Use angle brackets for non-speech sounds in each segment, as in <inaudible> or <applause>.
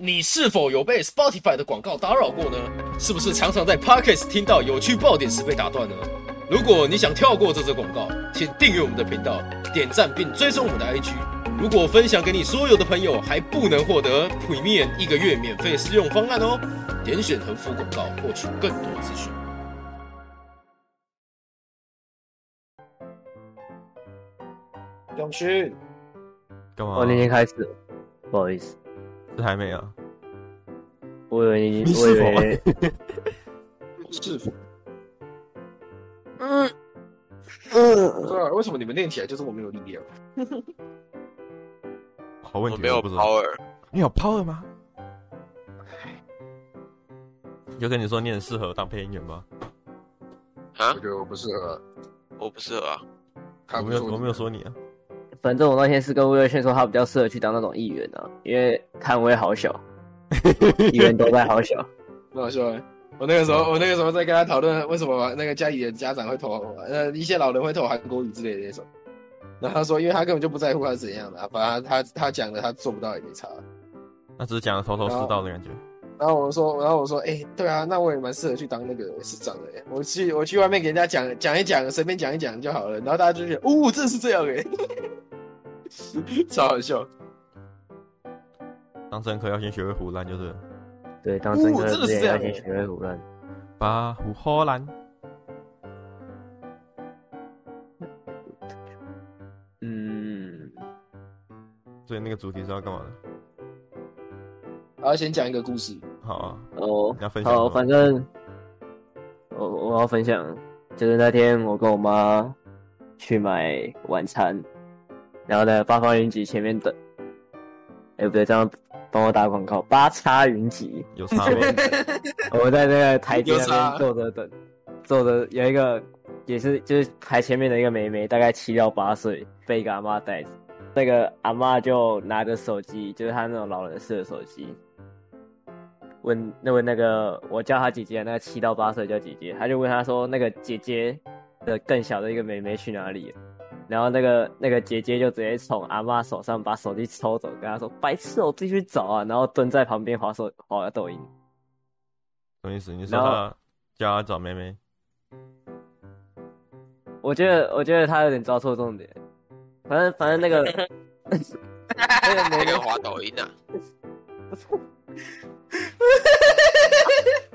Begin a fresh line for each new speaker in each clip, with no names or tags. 你是否有被 Spotify 的广告打扰过呢？是不是常常在 Podcast 听到有趣爆点时被打断呢？如果你想跳过这则广告，请订阅我们的频道，点赞并追踪我们的 IG。如果分享给你所有的朋友，还不能获得 Premium 一个月免费试用方案哦。点选横幅广告获取更多资讯。
永勋，
干嘛？
哦，你已经开始了，不好意思，
这还没啊？
我以为你已
你
经，我
是
以
否
为
是否？
嗯
不
嗯，
知道啊为什么你们练起来就是我没有力量？
好问
我
题，
没有
我不知道。
power，
你有 power 吗？有跟你说你很适合当配音员吗？
啊
我觉得我不适合。
我不适合啊。
他
我
不
没
是
有，我没有说你啊。
<laughs> 反正我那天是跟魏瑞轩说，他比较适合去当那种议员啊，因为摊位好小，议员都在好小，
很好笑欸。我那个时候，我那个时候在跟他讨论为什么那个家里的家长会投，呃，一些老人会投韩国语之类的那种。然后他说，因为他根本就不在乎他是怎样的啊，反正他他他讲的他做不到也没差。
那只是讲的头头是道的感觉。
然后我说，然后我说，哎、对啊，那我也蛮适合去当那个市长的欸。我去我去外面给人家讲讲一讲，随便讲一讲就好了。然后大家就觉得，哦，真的是这样哎， <laughs> 超好笑。
当政客要先学会胡乱，就是
对，当真
哦真的
的
是
是
这样
要先
欸
学会胡乱，
把胡喝烂。
嗯，
所以那个主题是要干嘛的？
然后先讲一个故事，
好啊，
哦
你要分，享
好，
吗
反正我我要分享，就是那天我跟我妈去买晚餐，然后在八方云集前面等，哎、不对，这样帮我打广告，八叉云集。
有差
<laughs>
吗？
我在那个台阶
有啥
那边坐着等，坐着有一个也是就是排前面的一个妹妹，大概七到八岁，被一个阿妈带着。那个阿妈就拿着手机，就是她那种老人式的手机，问那问那个我叫她姐姐，那个七到八岁叫姐姐，她就问她说那个姐姐的更小的一个妹妹去哪里了然后那个那个姐姐就直接从阿妈手上把手机抽走，跟她说白痴哦，我自己去找啊，然后蹲在旁边划手划抖音。
什么意思？你说
然后
他叫他找妹妹，
我觉得，我觉得他有点抓错重点。反正，反正那个
<laughs>
那个
哎
那
没
个滑抖音啊，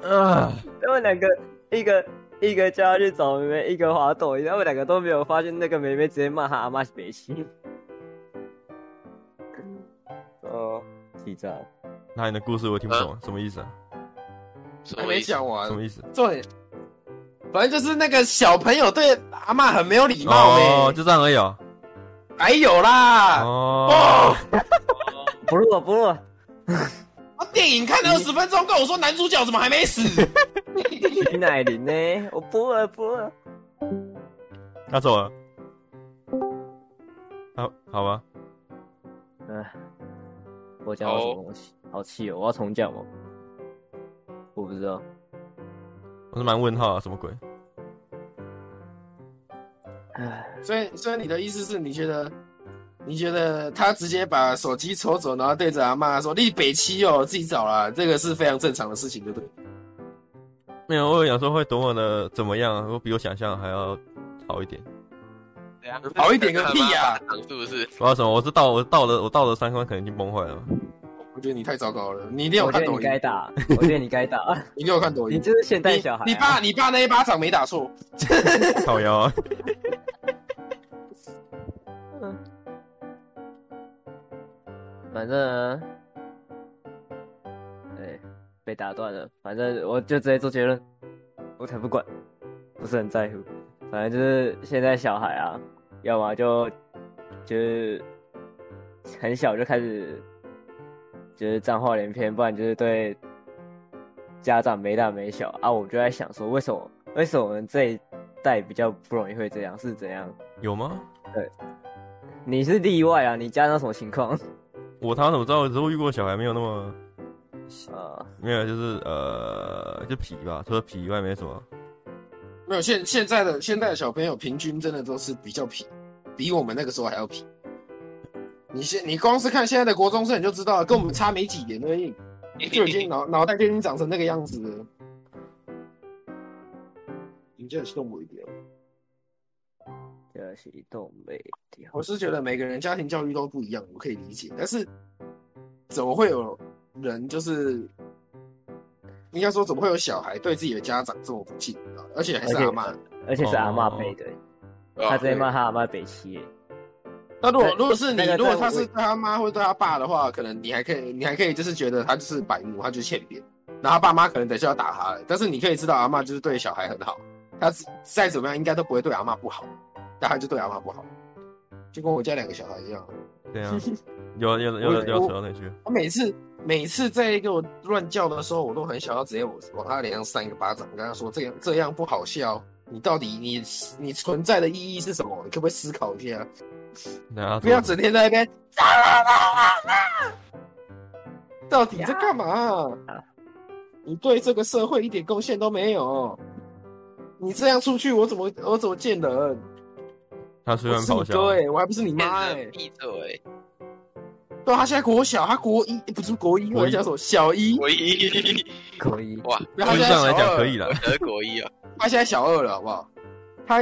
啊，
他们两个，一个一个叫他去找梅梅，一个滑抖音，他们两个都没有发现那个梅梅直接骂他阿妈是北齐。哦，气炸！
那你的故事我听不懂，什么意思啊？
什
还
么
没
意思？
讲完
什，么意思？
重点，反正就是那个小朋友对阿嬷很没有礼貌
哦，
呗、
就这样而已哦。
还哎有
啊
啦，
哦，
不录了，不录了。
啊电影看了二十分钟，跟我说男主角怎么还没死？
徐乃麟呢？我不录了，不录了。
那走了。好，好吧，
嗯，我讲到什么东西？好气哦！我要重讲吗？我不知道。
我是蛮问号啊，什么鬼？
唉，
所以，所以你的意思是你觉得，你觉得他直接把手机抽走，然后对着阿嬷说：“你北七哦，自己找啦。”这个是非常正常的事情，对
<laughs>
不对？
没有，我有时候会多么的怎么样，啊会比我想象还要好一点。
对啊
好一点个屁呀、
是不是？
不知道什么，我是到我到了我到了三观，可能已经崩坏
<laughs>
了。
我觉得你太糟糕了，你一定有
我觉
看
得
抖
你
音
该，打，我觉得你该打，
<laughs> 你一定有看抖
你
音。
就是现代
你
小孩啊、
你爸你爸那一巴掌没打错，
靠腰啊，
反正呢，哎、被打断了。反正我就直接做结论，我才不管，不是很在乎。反正就是现在小孩啊，要么就就是很小就开始就是脏话连篇，不然就是对家长没大没小啊。我就在想说，为什么为什么我们这一代比较不容易会这样？是怎样？
有吗？
你是例外啊，你家长什么情况？ <laughs>
我他妈怎么知道？我只是遇过小孩没有那么
啊，
没有，就是呃，就皮吧，除了皮以外没什么。
没有现现在的现在的小朋友平均真的都是比较皮，比我们那个时候还要皮。你现你光是看现在的国中生你就知道了，跟我们差没几年而已。
你
就已经脑脑袋就已经长成那个样子了。你就动我一点。
这是一动没掉。
我是觉得每个人家庭教育都不一样，我可以理解。但是怎么会有人就是，应该说怎么会有小孩对自己的家长这么不敬啊？而且还是
而且
阿妈。
而且是阿嬷背的，
哦
他直接骂他阿嬷北七耶。
那如果
对
如果是你
那，个
如果
在
他
我
是对他妈或对他爸的话，可能你还可以，你还可以就是觉得他就是白目，他就是欠扁，然后他爸妈可能等一下要打他了。但是你可以知道，阿妈就是对小孩很好，他再怎么样应该都不会对阿妈不好，但他就对阿妈不好，就跟我家两个小孩一样。
对
<laughs>
啊，有有有有有扯到那句，
我每次每次在给我乱叫的时候，我都很想要直接我往他脸上扇一个巴掌，跟他说这样这样不好笑。你到底你你存在的意义是什么？你可不可以思考一下？
然后
不要整天在那边啊啊啊啊啊！到底在干嘛、你对这个社会一点贡献都没有。你这样出去，我怎么我怎么见人？
他虽
我
然
是
咆
你
哮，
哥哎、我还不是你妈哎、
人闭嘴！
对啊，他现在国小，他国一、不是国一，
国一
我在讲什么？小一，
国一，
可以，
哇，
然后
实
他
际
现在
上
小
来讲
二
可以了
我，得
<laughs>
国一啊，
他现在小二了，好不好？他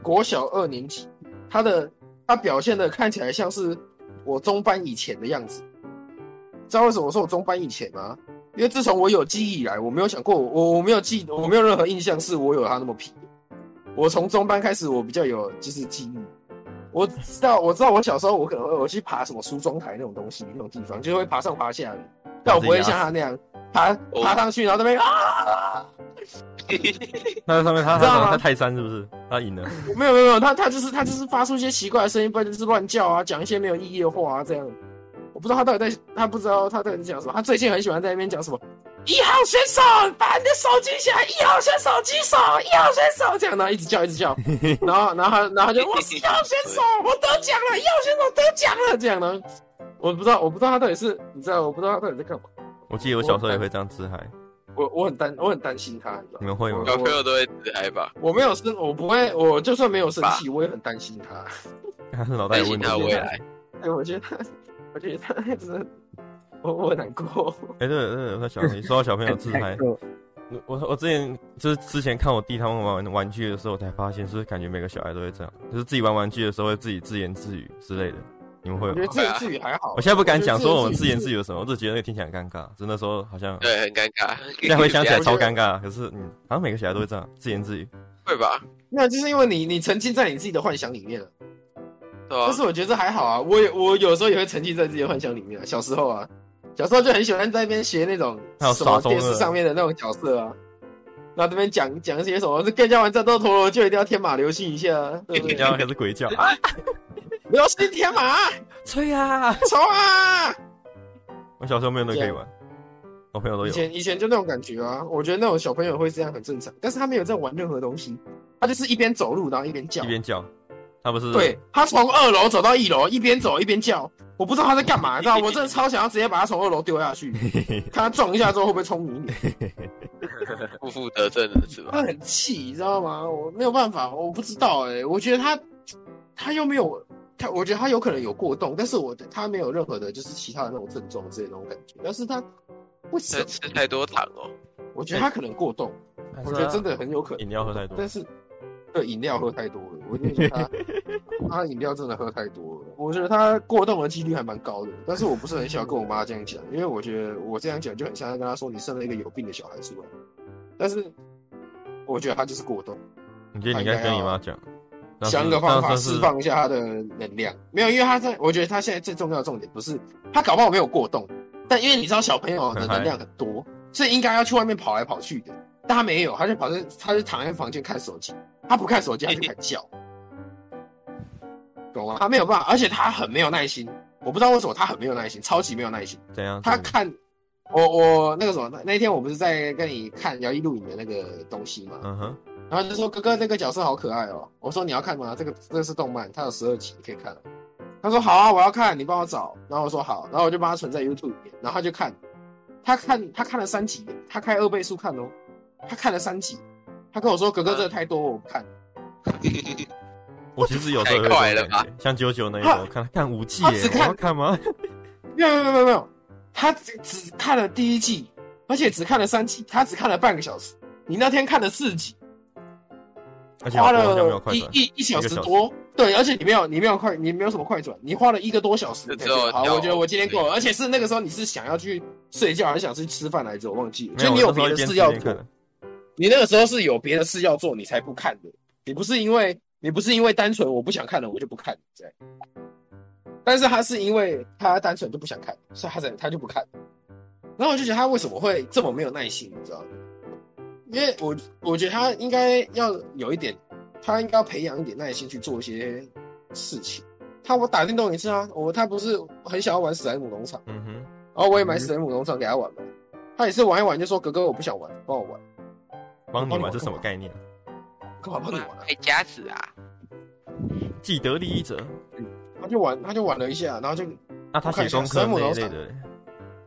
国小二年级，他的他表现的看起来像是我中班以前的样子。知道为什么我说我中班以前吗？因为自从我有记忆以来，我没有想过，我我没有记，我没有任何印象是我有他那么皮。我从中班开始，我比较有就是记忆。我知道，我知道，我小时候我可能会我去爬什么梳妆台那种东西，那种地方就会爬上爬下的，但我不会像他那样爬爬上去，然后那边啊，
他在上面他
你知道吗
他他泰山是不是？他赢了，
没有没有没有，他他就是他就是发出一些奇怪的声音，不然就是乱叫啊，讲一些没有意义的话啊，这样。我不知道他到底在，他不知道他到底在讲什么。他最近很喜欢在那边讲什么“一号选手，把你的手举起来！一号选手举手，一号选手”这样，然后一直叫，一直叫， <laughs> 然后然后他然后他就我是一号选手，我得奖了，一号选手得奖了，这样呢。然后我不知道，我不知道他到底是，你知道，我不知道他到底在干嘛。
我记得我小时候也会这样自嗨，
我我很担，我很担心他，你知道
你
吗？
们会吗？
小朋友都会自嗨吧？
嗯
我没有生，我不会，我就算没有生气，我也很担心他。
他是脑袋
担
有问
心
题。
他未来。
哎，我觉得，我觉得他真的，我我很难过。
哎，对对，我在想，你说到小朋友自嗨，我我我之前就是之前看我弟他们玩玩具的时候，我才发现，是不是感觉每个小孩都会这样，就是自己玩玩具的时候会自己自言自语之类的，你们会
我
吗
觉得？自
对啊
言自语还好。
我现在不敢讲说我们自言
语
自语有什么，我只觉得那个听起来很尴尬，就那时候好像
对，很尴尬。
现在回想起来
不
超尴尬，可是嗯，好像每个小孩都会这样自言自语。
要会吧？
没有，就是因为你你沉浸在你自己的幻想里面了。
哦
对
但
吧？
是我觉得这还好啊，我也我有时候也会沉浸在自己的幻想里面啊。小时候啊，小时候就很喜欢在那边学那种
还有
什
耍
么
中
电视
二
上面的那种角色啊。然后这边讲讲一些什么，这更加玩战斗陀螺就一定要天马流星一下啊，对不对
然？后开始鬼叫，啊
流星天马，
吹啊！
冲
<laughs>
啊！
我小时候没有那个可以玩，我朋友都
以
有。
前以前就那种感觉啊，我觉得那种小朋友会这样很正常，但是他没有在玩任何东西，他就是一边走路然后一边叫
一，边叫，他不是
对他从二楼走到一楼，一边走一边叫，我不知道他在干嘛，你知道吗？我真的超想要直接把他从二楼丢下去， <laughs> 看他撞一下之后会不会冲你一脸，
负负得正的是吧
他？很气，你知道吗？我没有办法，我不知道哎、我觉得他他又没有他，我觉得他有可能有过动，但是我他没有任何的就是其他的那种症状之类的那种感觉，但是他为什
他
么？
吃太多糖哦，
我觉得他可能过动，
还是
我觉得真的很有可能
饮。料喝太多
但，是对饮料喝太多了，我觉得
<laughs>
他他饮料真的喝太多了，我觉得他过动的几率还蛮高的。但是我不是很喜欢跟我妈这样讲，因为我觉得我这样讲就很像在跟她说你生了一个有病的小孩出来。但是我觉得他就是过动，
你觉得你应该跟你妈讲，那是
想哎个方
那
法
算是
释放一下他的能量。没有，因为他在，我觉得他现在最重要的重点不是他搞不好没有过动，但因为你知道小朋友的能量很多，所以应该要去外面跑来跑去的。但他没有，他就跑在，他就躺在房间看手机。他不看手机，他就开始叫，懂吗？他没有办法，而且他很没有耐心。我不知道为什么他很没有耐心，超级没有耐心。
怎样？
他
怎样
看我我那个什么，那天我不是在跟你看摇曳露营的那个东西吗？
嗯哼，
然后就说哥哥这个角色好可爱哦。我说你要看吗？这个这个是动漫，它有十二集，你可以看。他说好啊，我要看，你帮我找。然后我说好，然后我就帮他存在 YouTube 里面，然后他就看，他看他看了三集，他开二倍速看哦，他看了三集，他跟我说哥哥这个太多，我不看。
我其实有时候也会这种
太快了
啊
感觉，像九九那一种，看看武器
他
耶
只，
<laughs>
我
看
要看吗？
没有没有没有没有，
他只只看了第一季，而且只看了三季，他只看了半个小时。你那天看了四集，
而且我
花
好像没有
了
快
一
转，
一一小
一个
时
小时
多，对，而且你没有你没有快，你没有什么快转，你花了一个多小时
就
才
只有
做好，
聊
哦我觉得我今天够了，而且是那个时候你是想要去睡觉还是想去吃饭来着？我忘记了，
没
就
有
你别
我那时候一
的
边
事
吃
要
一边
做
看，的，
你那个时候是有别的事要做，你才不看的。你不是因为你不是因为单纯我不想看了，我就不看这样。 <laughs> 但是他是因为他单纯就不想看，所以他才他就不看。然后我就觉得他为什么会这么没有耐心，你知道吗？因为我我觉得他应该要有一点，他应该要培养一点耐心去做一些事情。他我打电动也是啊，我他不是很想要玩史莱姆农场。
嗯哼，
然后我也买史莱姆农场给他玩嘛，他也是玩一玩就说：“哥哥，我不想玩，帮我玩，
帮你
帮你
玩
玩
是什么
干嘛
概念？
干嘛帮你玩啊
可以夹子啊，
既得利益者？”
他就玩，他就玩了一下，然后就
那他
我看
写
一下
功课
山姆
那一
楼
类
上
的嘞，
嗯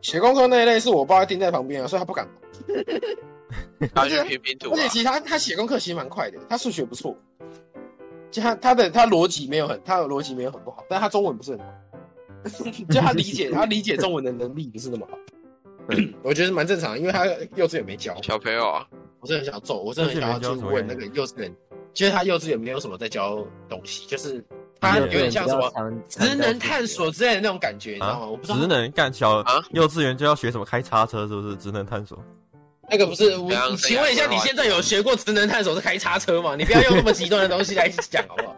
写功课那一类是我爸盯在旁边啊，所以他不敢玩。
然后就拼拼图
而
啊
且，其实他他写功课其实蛮快的，他数学不错，就他他的他逻辑没有很，他的逻辑没有很不好，但他中文不是很好， <laughs> 就他理解他理解中文的能力不是那么 <laughs> 好。我觉得是蛮正常的，因为他幼稚园没教，
小朋友啊，
我真的很想揍，我真的很想要去问那个幼稚园，就是他幼稚园没有什么在教东西，就是他有点像什么职能探索之类的那种感觉，你知道
啊
吗？我不，知道
职能干小
啊
幼稚园就要学什么开叉车，是不是？职能探索，
那个不是
怎样
我，
怎
请
样
问一下，
怎
你
样
现
啊
在有学过职能探索是开叉车吗？你不要用那么极端的东西来讲好不好？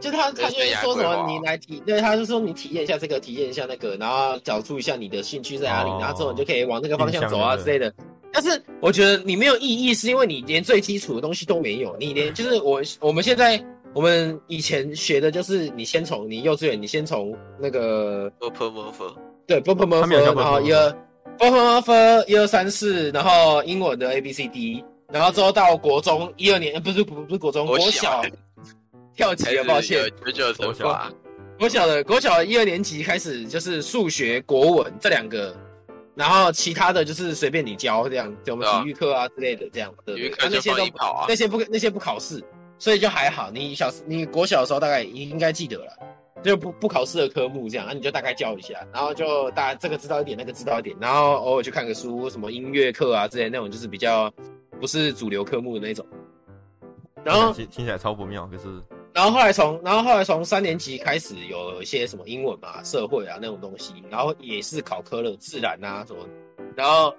就他他就是说什
生涯规划
么你来体，对，他就说你体验一下这个，体验一下那个，然后找出一下你的兴趣在哪里
哦，
然后之后你就可以往那个方向走啊
印象对不
之类
对
的。但是我觉得你没有意义，是因为你连最基础的东西都没有，你
<laughs>
连就是我我们现在我们以前学的就是你先从你幼稚园，你先从那个
摸破摸破，
对 b u m p
他没有教
m 然后
bumper
一二 b u m p m 一二三四，然后英文的 A B C D，然后之后到国中一二年，呃不是不是不是国中，
国
国
小 <laughs>
小跳级了，抱歉，
九九乘法，
国小的国小的一二年级开始就是数学、国文这两个，然后其他的就是随便你教这样，什么
对啊
体育课啊之类的这样，对
体
不
育
对？
课
啊那
就
些
放
都
一跑啊
那，些不那些不考试，所以就还好。你小时你国小的时候大概应该记得了，就不不考试的科目这样，那、你就大概教一下，然后就大这个知道一点，那个知道一点，然后偶尔去看个书，什么音乐课啊之类的那种，就是比较不是主流科目的那种。然后
听听起来超不妙，可是
然后后来从，然后后来从三年级开始有一些什么英文啊、社会啊那种东西，然后也是考科了、自然啊什么，然后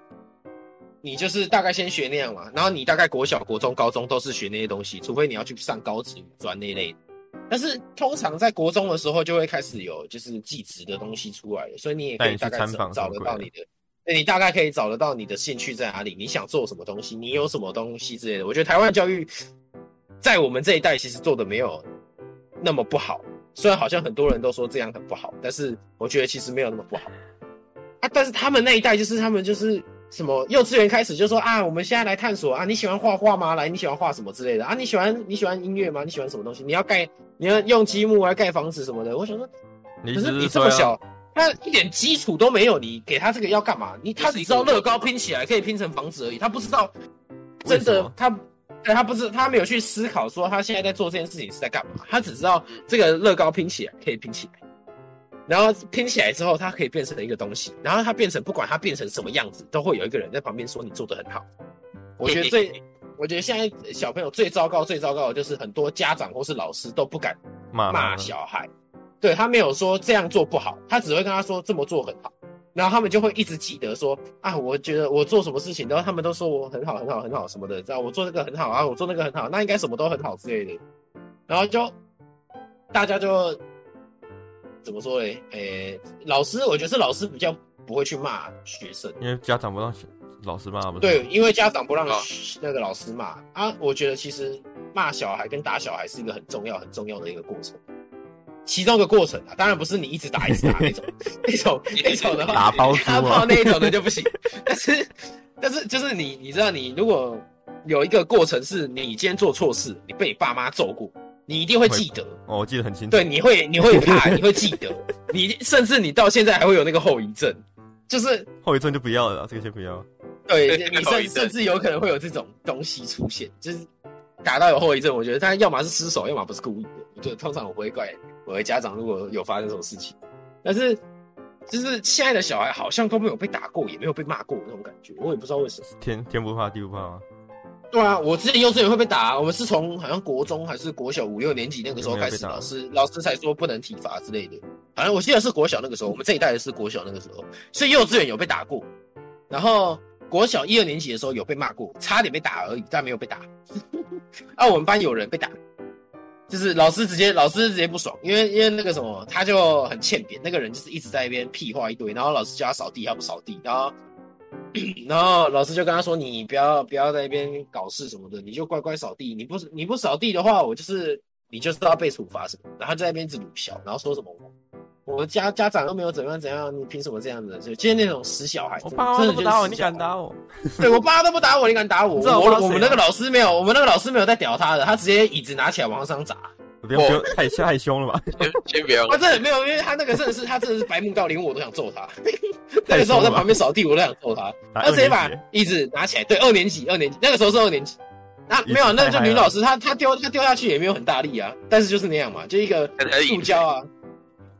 你就是大概先学那样嘛，然后你大概国小、国中、高中都是学那些东西，除非你要去上高职、专那一类的。但是通常在国中的时候就会开始有就是技职的东西出来了，所以你也可以大概
带你去参
找
访
找
什
得
么鬼
到你的。对你大概可以找得到你的兴趣在哪里，你想做什么东西，你有什么东西之类的。我觉得台湾教育在我们这一代其实做的没有那么不好，虽然好像很多人都说这样很不好，但是我觉得其实没有那么不好啊。但是他们那一代就是他们就是什么幼稚园开始就说啊，我们现在来探索啊，你喜欢画画吗？来，你喜欢画什么之类的啊？你喜欢你喜欢音乐吗？你喜欢什么东西？你要盖你要用积木啊来盖房子什么的。我想说，
你
可
只
是你这
说
么
要
小，他一点基础都没有，你给他这个要干嘛？你他只知道乐高拼起来可以拼成房子而已，他不知道真
为什
的
么
他。对他不知，他没有去思考说他现在在做这件事情是在干嘛，他只知道这个乐高拼起来可以拼起来，然后拼起来之后，它可以变成一个东西，然后它变成不管它变成什么样子，都会有一个人在旁边说你做的很好。我觉得
<laughs>
最，我觉得现在小朋友最糟糕、最糟糕的就是很多家长或是老师都不敢
骂
骂
他们
小孩，对他没有说这样做不好，他只会跟他说这么做很好，然后他们就会一直记得说啊，我觉得我做什么事情，然后他们都说我很好很好很好什么的，知道我做这个很好啊，我做那个很好，那应该什么都很好之类的，然后就大家就怎么说嘞？诶、老师，我觉得是老师比较不会去骂学生。
因为家长不让小老师骂，不是？
对，，因为家长不让
啊，
那个老师骂啊，我觉得其实骂小孩跟打小孩是一个很重要、很重要的一个过程，其中一个过程啊，当然不是你一直打一直打那种，
<laughs>
那种那种的话，
打包猪
打炮
啊，
那一种的就不行。但是但是就是你你知道，你如果有一个过程是你今天做错事，你被你爸妈揍过，你一定会记得。
哦，我记得很清楚。
对，你会你会怕，你会记得，你甚至你到现在还会有那个后遗症，就是
后遗症就不要了啦，这个先不要。
对你
后遗
甚
症
甚至有可能会有这种东西出现，就是打到有后遗症。我觉得他要么是失手，要么不是故意的。我觉得通常我不会怪我的家长，如果有发生这种事情。但是就是现在的小孩好像都没有被打过，也没有被骂过那种感觉，我也不知道为什么。
天天不怕地不怕吗？
对啊，我之前幼稚园会被打、啊，我们是从好像国中还是国小五六年级那个时候开始，
有没有被打
老师老师才说不能体罚之类的。反正我记得是国小那个时候，我们这一代的是国小那个时候，是幼稚园有被打过，然后国小一二年级的时候有被骂过，差点被打而已，但没有被打。 <laughs> 啊，我们班有人被打，就是老师直接老师直接不爽，因为因为那个什么，他就很欠扁，那个人就是一直在那边屁话一堆，然后老师叫他扫地，他不扫地，然后然后老师就跟他说，你不要不要在那边搞事什么的，你就乖乖扫地，你不你不扫地的话，我就是你就是要被处罚什么的，然后在那边一直鲁小，然后说什么我。我家家长又没有怎样怎样，你凭什么这样子？就就是那种死小孩，
我
真
爸
的
妈
真
都
的
不
就是
打我，
死
你
小
敢
孩
打我？
对我爸都不打我，你敢打我？
<laughs> 你
我
知道我爸
我
谁
我们那个老师没有，我们那个老师没有在屌他的，他直接椅子拿起来往上砸。
不要不要，太太凶
<laughs>
了吧？
先先不要
他，真的没有，因为他那个真的是他真的是白目到连我都想揍他。 <laughs> 那
太
个时候
凶
我在
了
旁
吧？
边扫地，我都想揍他。
打
他直接把
二年级哦
椅子拿起来，对，二年级，二年级那个时候是二年级。啊，没有，那就女老师，她她丢她丢下去也没有很大力啊，但是就是那样嘛，就一个
看他椅
塑
子
胶啊，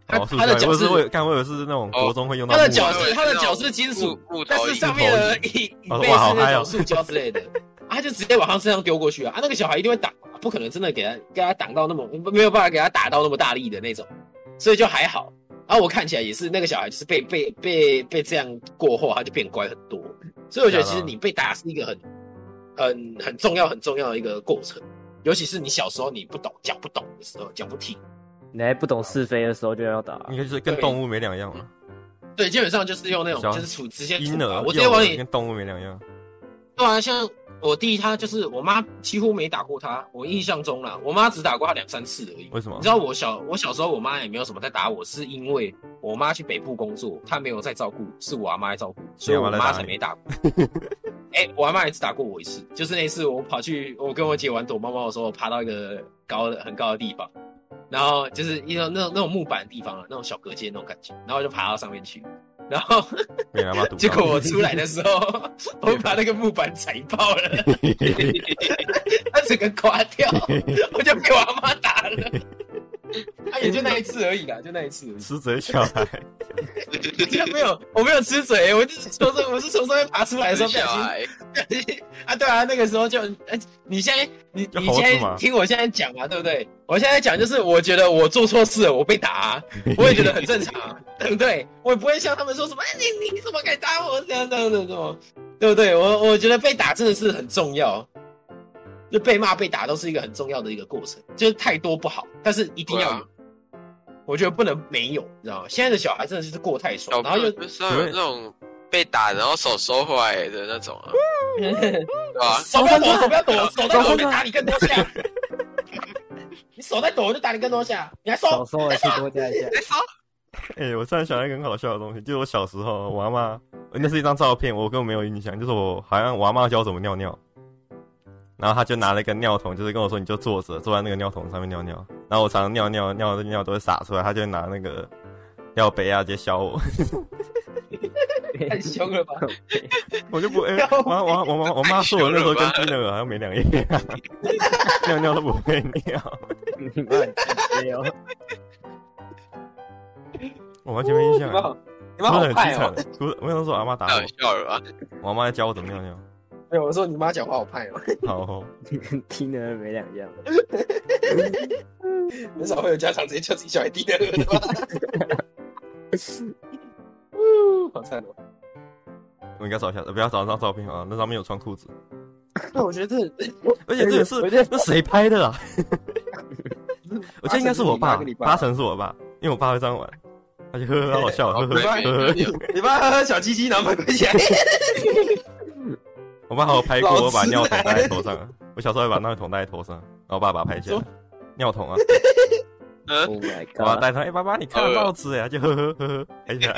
他
哦，是
他的脚
我
是哦
是会干，我以为是那种国中会用到
他的
木
脚
板
是他的脚是金属
木木
但
头
是
椅，
上面的一一
哦
背
哇
是
好
那
嗨
种
哦
塑胶之类
<laughs>
的，啊他就直接往他身上丢过去啊！啊，那个小孩一定会挡嘛，不可能真的给他给他挡到那么没有办法给他打到那么大力的那种，所以就还好。然、后我看起来也是那个小孩，就是被被被被这样过后，他就变乖很多。所以我觉得其实你被打是一个很很很重要很重要的一个过程，尤其是你小时候你不懂讲不懂的时候，讲不听。
你还不懂是非的时候就要打，
应该就是跟动物没两样嘛，
对，基本上就是用那种
小
就是处直接处
婴
罚，
儿
嗯啊我直接往
幼
你
儿跟动物没两样。
对啊，像我弟他就是我妈几乎没打过他，我印象中啦，我妈只打过他两三次而已。
为什么
你知？道我小我小时候我妈也没有什么在打我，是因为我妈去北部工作，她没有在照顾，是我阿妈在照顾，所以我
你阿嬷在
妈
打
才
你
没打
<laughs>
过。哎、我阿妈也只打过我一次，就是那一次我跑去我跟我姐玩躲猫猫的时候，我爬到一个高的很高的地方，然后就是一种那种那种木板的地方啊，那种小隔间那种感觉，然后我就爬到上面去，然后
被阿妈堵到。
<laughs> 结果我出来的时 <laughs> 候，我把那个木板踩爆了， <laughs> 它整个垮 <laughs> 掉，我就被我阿妈打 <laughs> 了。啊，也就那一次而已啦，就那一次而已。
吃贼小孩，
<laughs> 没有，我没有吃嘴，我就是从上，我是从上面爬出来的时候不小
小
心
孩，
啊，对啊，那个时候就，哎、你现在你
就
你
猴子
现在
嘛
听我现在讲嘛，对不对？我现在讲就是，我觉得我做错事了，我被打、
<laughs>
啊，我也觉得很正常啊，对不对？我也不会像他们说什么，哎、你你怎么敢打我？这样这样这样这样，对不对？我我觉得被打真的是很重要，就被骂被打都是一个很重要的一个过程，就是太多不好，但是一定要有。
对啊
我觉得不能没有，你知道吗？现在的小孩真的是过太爽
小，
然
朋
后
友
又
就是要有那种被打然后手收回来的那种啊，对吧？
手不要抖，手不要抖，手在抖我就打你更多下。你手在抖我就打你更多下，你还
少
说
说我去多加一下。
哎，手
哎、我突然想到一个很好笑的东西，就是我小时候，我阿妈，那是一张照片，我根本没有印象，就是我好像我阿妈教我怎么尿尿，然后她就拿了一个尿桶，就是跟我说你就坐着，坐在那个尿桶上面尿尿，然后我常常尿尿尿的尿都会洒出来，她就会拿那个尿杯啊直接削我，
太凶了吧？
我就不，哎、我我我我妈我妈说我那时候跟 t i 好像没两样，尿尿都不会尿，
你妈很直接哦！ <laughs>
我完全没印象，不
你妈
是
好
很
啊
派
凄惨
哦！
的，不是，我想说我阿妈打
太好
我，
笑了吧？
我阿妈在教我怎么尿尿，
哎
对，我说你妈讲话好派哦，
好。
你跟听的人没两样。
很少会有家长直接叫自己小孩低的，对吧嗯好惨哦！
我应该找一下，呃不要找那张照片啊，那上面有穿裤子，
那
哦
我觉得这
而且这也是
我觉得
那谁拍的啊？ <laughs> 我觉得应该是我
八成
爸
是你妈跟你，爸
八成是我爸，因为我爸会这样玩，而且呵呵，好好笑，呵呵
对
呵呵。
你妈呵呵小鸡鸡，然后买回起来，
我爸还有拍过我把
老直男
尿桶戴在头上啊，我小时候还把尿桶戴在头上，然后我爸把它拍下来
说，
尿桶啊，
嗯，
Oh my
我把它
god！
戴上，哎，爸爸你看到报纸哎，就呵呵呵呵，拍起来，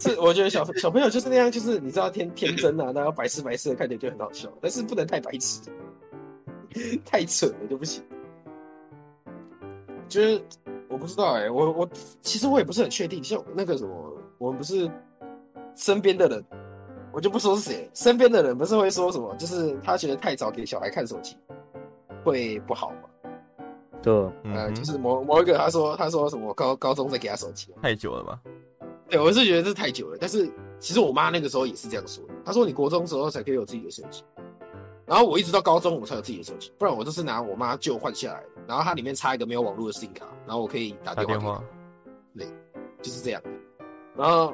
是我觉得小小朋友就是那样，就是你知道天天真啊，然后白痴白痴的看起来就很好笑，但是不能太白痴，太蠢了就不行。就是我不知道哎、我我其实我也不是很确定，像那个什么，我们不是身边的人，我就不说是谁，身边的人不是会说什么，就是他觉得太早给小孩看手机会不好嘛？
对，
嗯
呃，就
哼，
是某某一个他说他说什么高高中再给他手机，
太久了吧？
对，我是觉得这太久了。但是其实我妈那个时候也是这样说的，她说你国中时候才可以有自己的手机，然后我一直到高中我才有自己的手机，不然我都是拿我妈旧换下来的，然后它里面插一个没有网络的 SIM 卡，然后我可以打
打
电
电
话
话，
给，就是这样。然后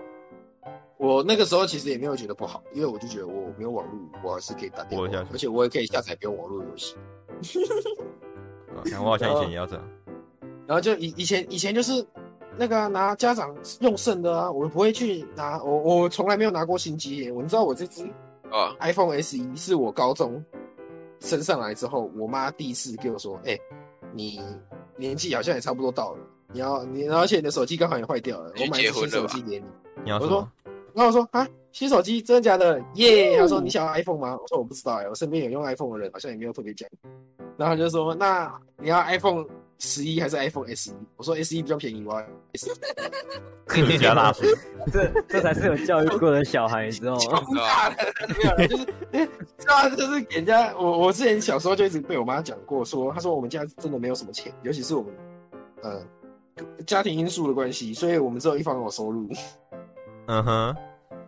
我那个时候其实也没有觉得不好，因为我就觉得我没有网络，我还是可以打电
活得下
话
去，
而且我也可以下载不用网络的游戏。
啊看我好像以前也要这样，
然后就以以前以前就是那个啊、拿家长用剩的啊，我不会去拿，我我从来没有拿过新机耶。我你知道我这只
哦，
iPhone S 一是我高中升上来之后，我妈第一次给我说：“哎、你年纪好像也差不多到了，你要你，而且你的手机刚好也坏掉了，
你
我买一
结婚了
只新手
吧
机给你。”
你要
我
什
说
么？
然后我说啊，新手机真的假的？耶、他说你想要 iPhone 吗？我说我不知道哎、我身边有用 iPhone 的人好像也没有特别讲。然后他就说那你要 iPhone 十一还是 iPhone S 一？我说 S 一比较便宜，我要 S 一。
客家大叔，
这这才是有教育过的小孩，你知道
<laughs>
吗？
不大了，没有了，就是知道就是给人家我我之前小时候就一直被我妈讲过说，她说我们家真的没有什么钱，尤其是我们呃家庭因素的关系，所以我们只有一方有收入。 <laughs>
嗯哼，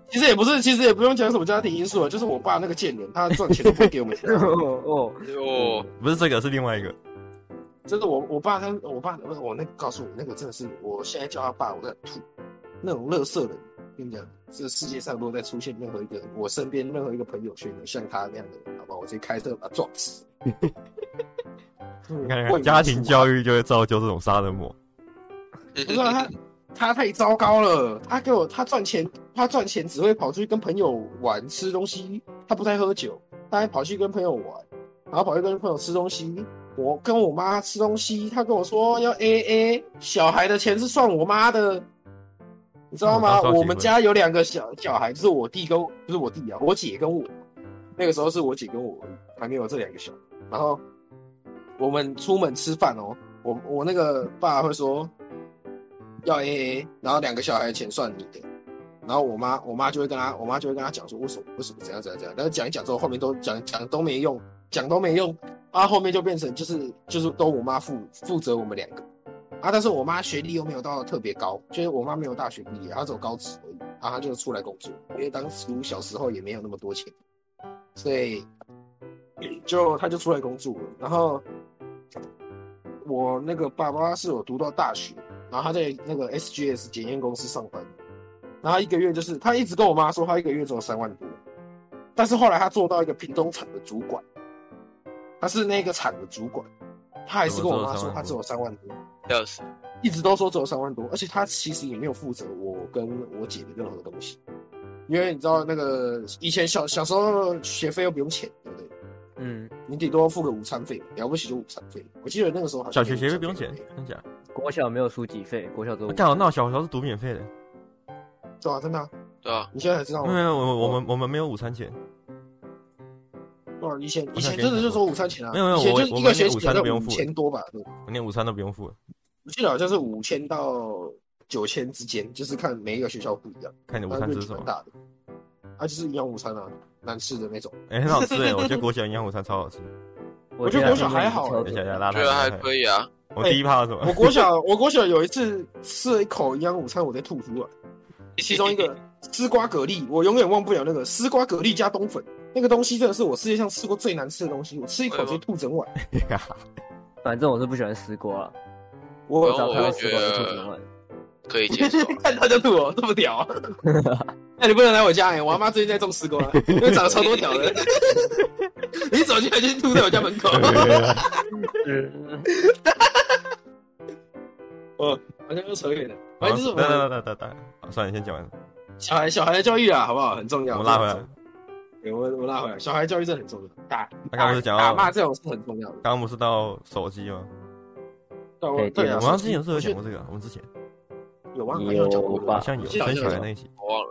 其实也不是，其实也不用讲什么家庭因素了，就是我爸那个贱人，他赚钱都不会给我们
<laughs>
钱。啊
哦，
哦，
不是这个，是另外一个。
真的，我我爸他我爸我我那个告诉我那个真的是，我现在叫他爸，我在吐那种乐色人。跟你讲，这世界上如果再出现任何一个我身边任何一个朋友圈有像他那样的人，好吧，我直接开车把他撞死。
<laughs> 你
你
看，看家庭教育就会造就这种杀人魔。
不知道他他太糟糕了，他给我他赚钱，他赚钱只会跑出去跟朋友玩吃东西，他不太喝酒，他还跑去跟朋友玩，然后跑去跟朋友吃东西。我跟我妈吃东西，他跟我说要 A A，小孩的钱是算我妈的，你知道
嗯
吗？
那时候结婚
哦我们家有两个小小孩，就是我弟跟不是我弟啊，我姐跟我，那个时候是我姐跟我还没有这两个小孩，然后我们出门吃饭哦，我我那个爸会说要 A A，然后两个小孩的钱算你的，然后我妈我妈就会跟他我妈就会跟他讲说为什么为什么怎样怎样怎样，但是讲一讲之后后面都讲讲都没用，讲都没用，啊后面就变成就是就是都我妈负负责我们两个，啊但是我妈学历又没有到特别高，就是我妈没有大学毕业，她只有高职而已，啊她就出来工作，因为当初小时候也没有那么多钱，所以就她就出来工作了，然后。我那个爸爸是我读到大学，然后他在那个 SGS 检验公司上班，然后一个月就是他一直跟我妈说他一个月只有三万多，但是后来他做到一个屏东厂的主管，他是那个厂的主管，他还是跟我妈说他只有三万多，
笑死，
一直都说只有三万多，而且他其实也没有负责我跟我姐的任何东西，因为你知道那个以前小小时候学费又不用钱，对不对？
嗯，
你顶多付个午餐费，了不起就午餐费。我记得那个时候好
小
像
学学费不用钱
没有午餐，
真假？
国小没有书籍费，国小都
我干好，那我小时候是读免费的。
费，对啊，真的啊、
对吧？
你现在才知道
没有，
吗？
没有，我我们我们没有午餐钱，
对啊，以前以
想
前
给
真
你讲
的就
过
说午餐钱啊，
没有没有
以前
我
就是
我们
一个
连
学
午
期
餐
好
都
像
不用
五
付
千多吧，对
我连午餐都不用付了，
我记得好像是五千到九千之间，就是看每一个学校不一样，
看你的午
但
餐
是
吃
就
什
蛮
么。
大的，啊，就是营养午餐啊，难吃的那种。
哎，很好吃哎，我觉得国小营养午餐超好吃。
我觉得国小还好
我
等一下，等一下，拉
我
他
觉得还
拉他
可以啊，
我第一趴是什
我
么？
国小， <laughs> 我国小有一次吃了一口营养午餐，我在吐出来。其中一
<laughs>
个丝瓜蛤蜊，我永远忘不了那个丝瓜蛤蜊加冬粉，那个东西真的是我世界上吃过最难吃的东西，我吃一口直接吐整碗。
反正我是不喜欢丝瓜啊，
我
然后
早
我
上
觉
丝瓜就吐整
得
碗。
可以接受。
看他就吐哦，这么屌、啊！那、你不能来我家哎、我阿妈最近在种丝 <laughs> 瓜，因为长得超多屌的。你走进来就吐在我家门口。哦，好像又扯远了。反正就是我
等
们
等等等等，好算了，你先讲完。
小孩小孩的教育啊，好不好？很重
我
要。
们拉回来。
对，我我拉回来，小孩教育真的很重要。打
那刚刚不是讲
打
到，
骂这种是很重要的。
刚刚不是到手机吗？
对我对啊，
我们好像之前是有
我觉
讲
得
过这个，我们之前
有啊，
有
好像有讲过
好
吧
像有
我记得
生小
好像
孩
有
那一集。
哦
我忘了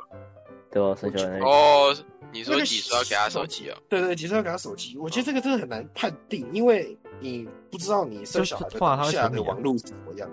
对我很喜欢那个。
哦，你说几岁要给他手机啊？
对对，其实要给他手机，我觉得这个真的很难判定，因为你不知道你生小孩的当下的
啊
网络是怎么样。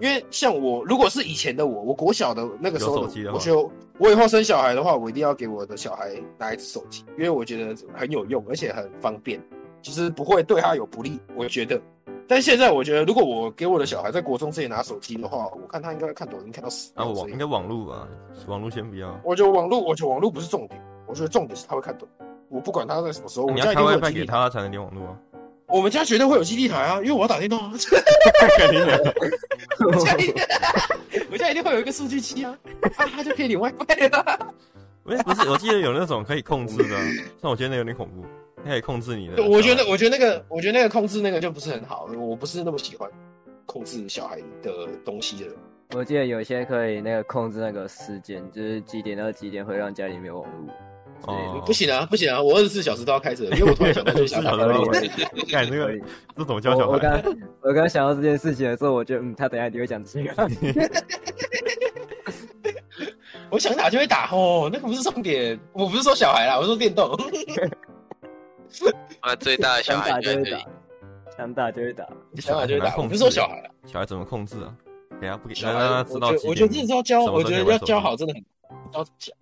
因为像我，如果是以前的我，我国小的那个时候
有手机的话
我觉得我以后生小孩的话，我一定要给我的小孩拿一只手机，因为我觉得很有用，而且很方便，就是不会对他有不利。我觉得，
但现在我觉得，如果我给我的小孩在国中之前拿手机的话，我看他应该会看抖音看到死
啊，
掉
网
之类
应
的
该网络吧，网络先不要。
我觉得网络，我觉得网络不是重点，我觉得重点是他会看抖音。我不管他在什么时候，我
你
们
要
家一
开
定会有
WiFi
基
给
地，
他才能连网
<laughs>
络啊。
我们家绝对会有基地台啊，因为我要打电动啊。
肯定的
我家一定， <laughs> 我家一定会有一个数据器啊，啊，他就可以领啊 WiFi <laughs> 了。
不哎是不是，我记得有那种可以控制的啊，但我觉得那有点恐怖，它可以控制你的。
我觉得，我觉得那个，我觉得那个控制那个就不是很好，我不是那么喜欢控制小孩的东西的人。
我记得有些可以那个控制那个时间，就是几点到几点会让家里没有网络。
哦，
不行啊，不行啊，我二十四小时都要开着，因为 <laughs> 我突然想到就想打
24小时都要
电
开
动。 <laughs>
干这
可
个
以
这怎么教
我
小
我
孩？
刚我刚想到这件事情的时候，我觉得嗯，他等一下一定会讲这个。
我想打就会打哦，那个不是重点，我不是说小孩啦，我说电动。
啊，最大的小
想打
孩
就
就在
会
这里
打，想打就会打。
想打就会
很难
打，我
控
不
制
是说小孩啦，
小孩怎么控制啊？给他不给，
小
让
孩
他
我
知道
觉得我觉得真的
几点。
是要教，我觉得要教好真的很啊要讲。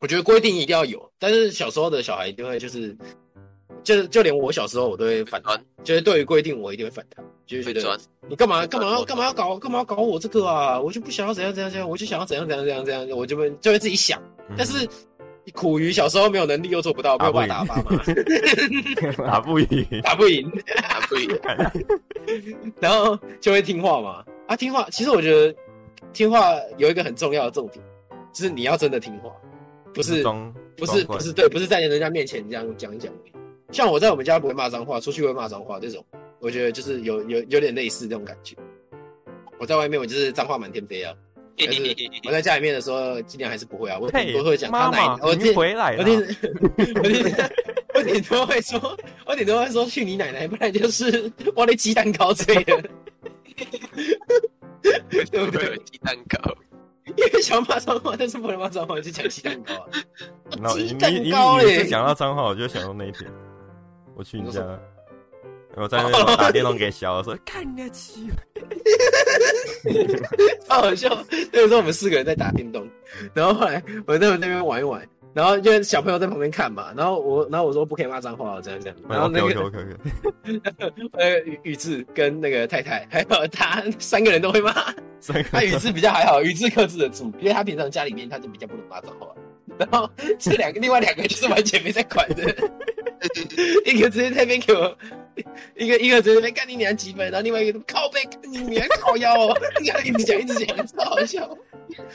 我觉得规定一定要有，但是小时候的小孩一定会就是，就是就连我小时候我都会
啊
反弹
会，
就是对于规定我一定会反弹，就是觉
会
得
钻，
你干嘛
会
干
钻
嘛要
会钻
干嘛要搞干嘛要搞我这个啊？我就不想要怎样怎样怎样，我就想要怎样怎样怎样怎样，我就会就会自己想，
嗯，
但是苦于小时候没有能力又做不到，没有办法打爸妈，
<laughs> 打不赢，
打不赢，
啊不一定，
然后就会听话嘛。啊，听话，其实我觉得听话有一个很重要的重点，就是你要真的听话，不是
装
不是
装乖
不是对，不是在人家面前这样讲一讲而已。像我在我们家不会骂脏话，出去会骂脏话这种，我觉得就是有有有点类似这种感觉。我在外面我就是脏话满天飞啊，但是我在家里面的时候尽量还是不会啊，我顶
嘿
多会讲他
妈
奶
哎妈，，
我
你
顶
回来
我
了。
顶我顶我顶多会说，我顶多会说去你奶奶，不然就是我的鸡蛋糕之类的。对不
会
对
有？鸡蛋糕，
因为想骂脏话，但是不能骂脏话，就讲鸡蛋糕
<laughs>
啊。
然后
鸡
你
蛋
你
糕
你每次
嘞
讲到脏话，我就想到那一天，我去你
你
家
说，
我在那边打电动给小，我说看你的鸡，
超好笑。那个时候我们四个人在打电动，然后后来我在我那边玩一玩，然后因为小朋友在旁边看嘛，然后我然后我说不可以骂脏话哦，这样这样。然后那
OK OK
个
OK OK，
呃宇宇智跟那个太太还有他三个人都会骂。
三
<laughs> 他宇
个
智比较还好，宇智克制得住，因为他平常家里面他就比较不能骂脏话。啊然后这两个，另外两个就是完全没在管的， <laughs> 一个直接在那边给我，一个一个直接在那边干你娘几分，然后另外一个靠背干你娘靠腰哦， <laughs> 然后一直讲一直讲，超好
<laughs>
笑。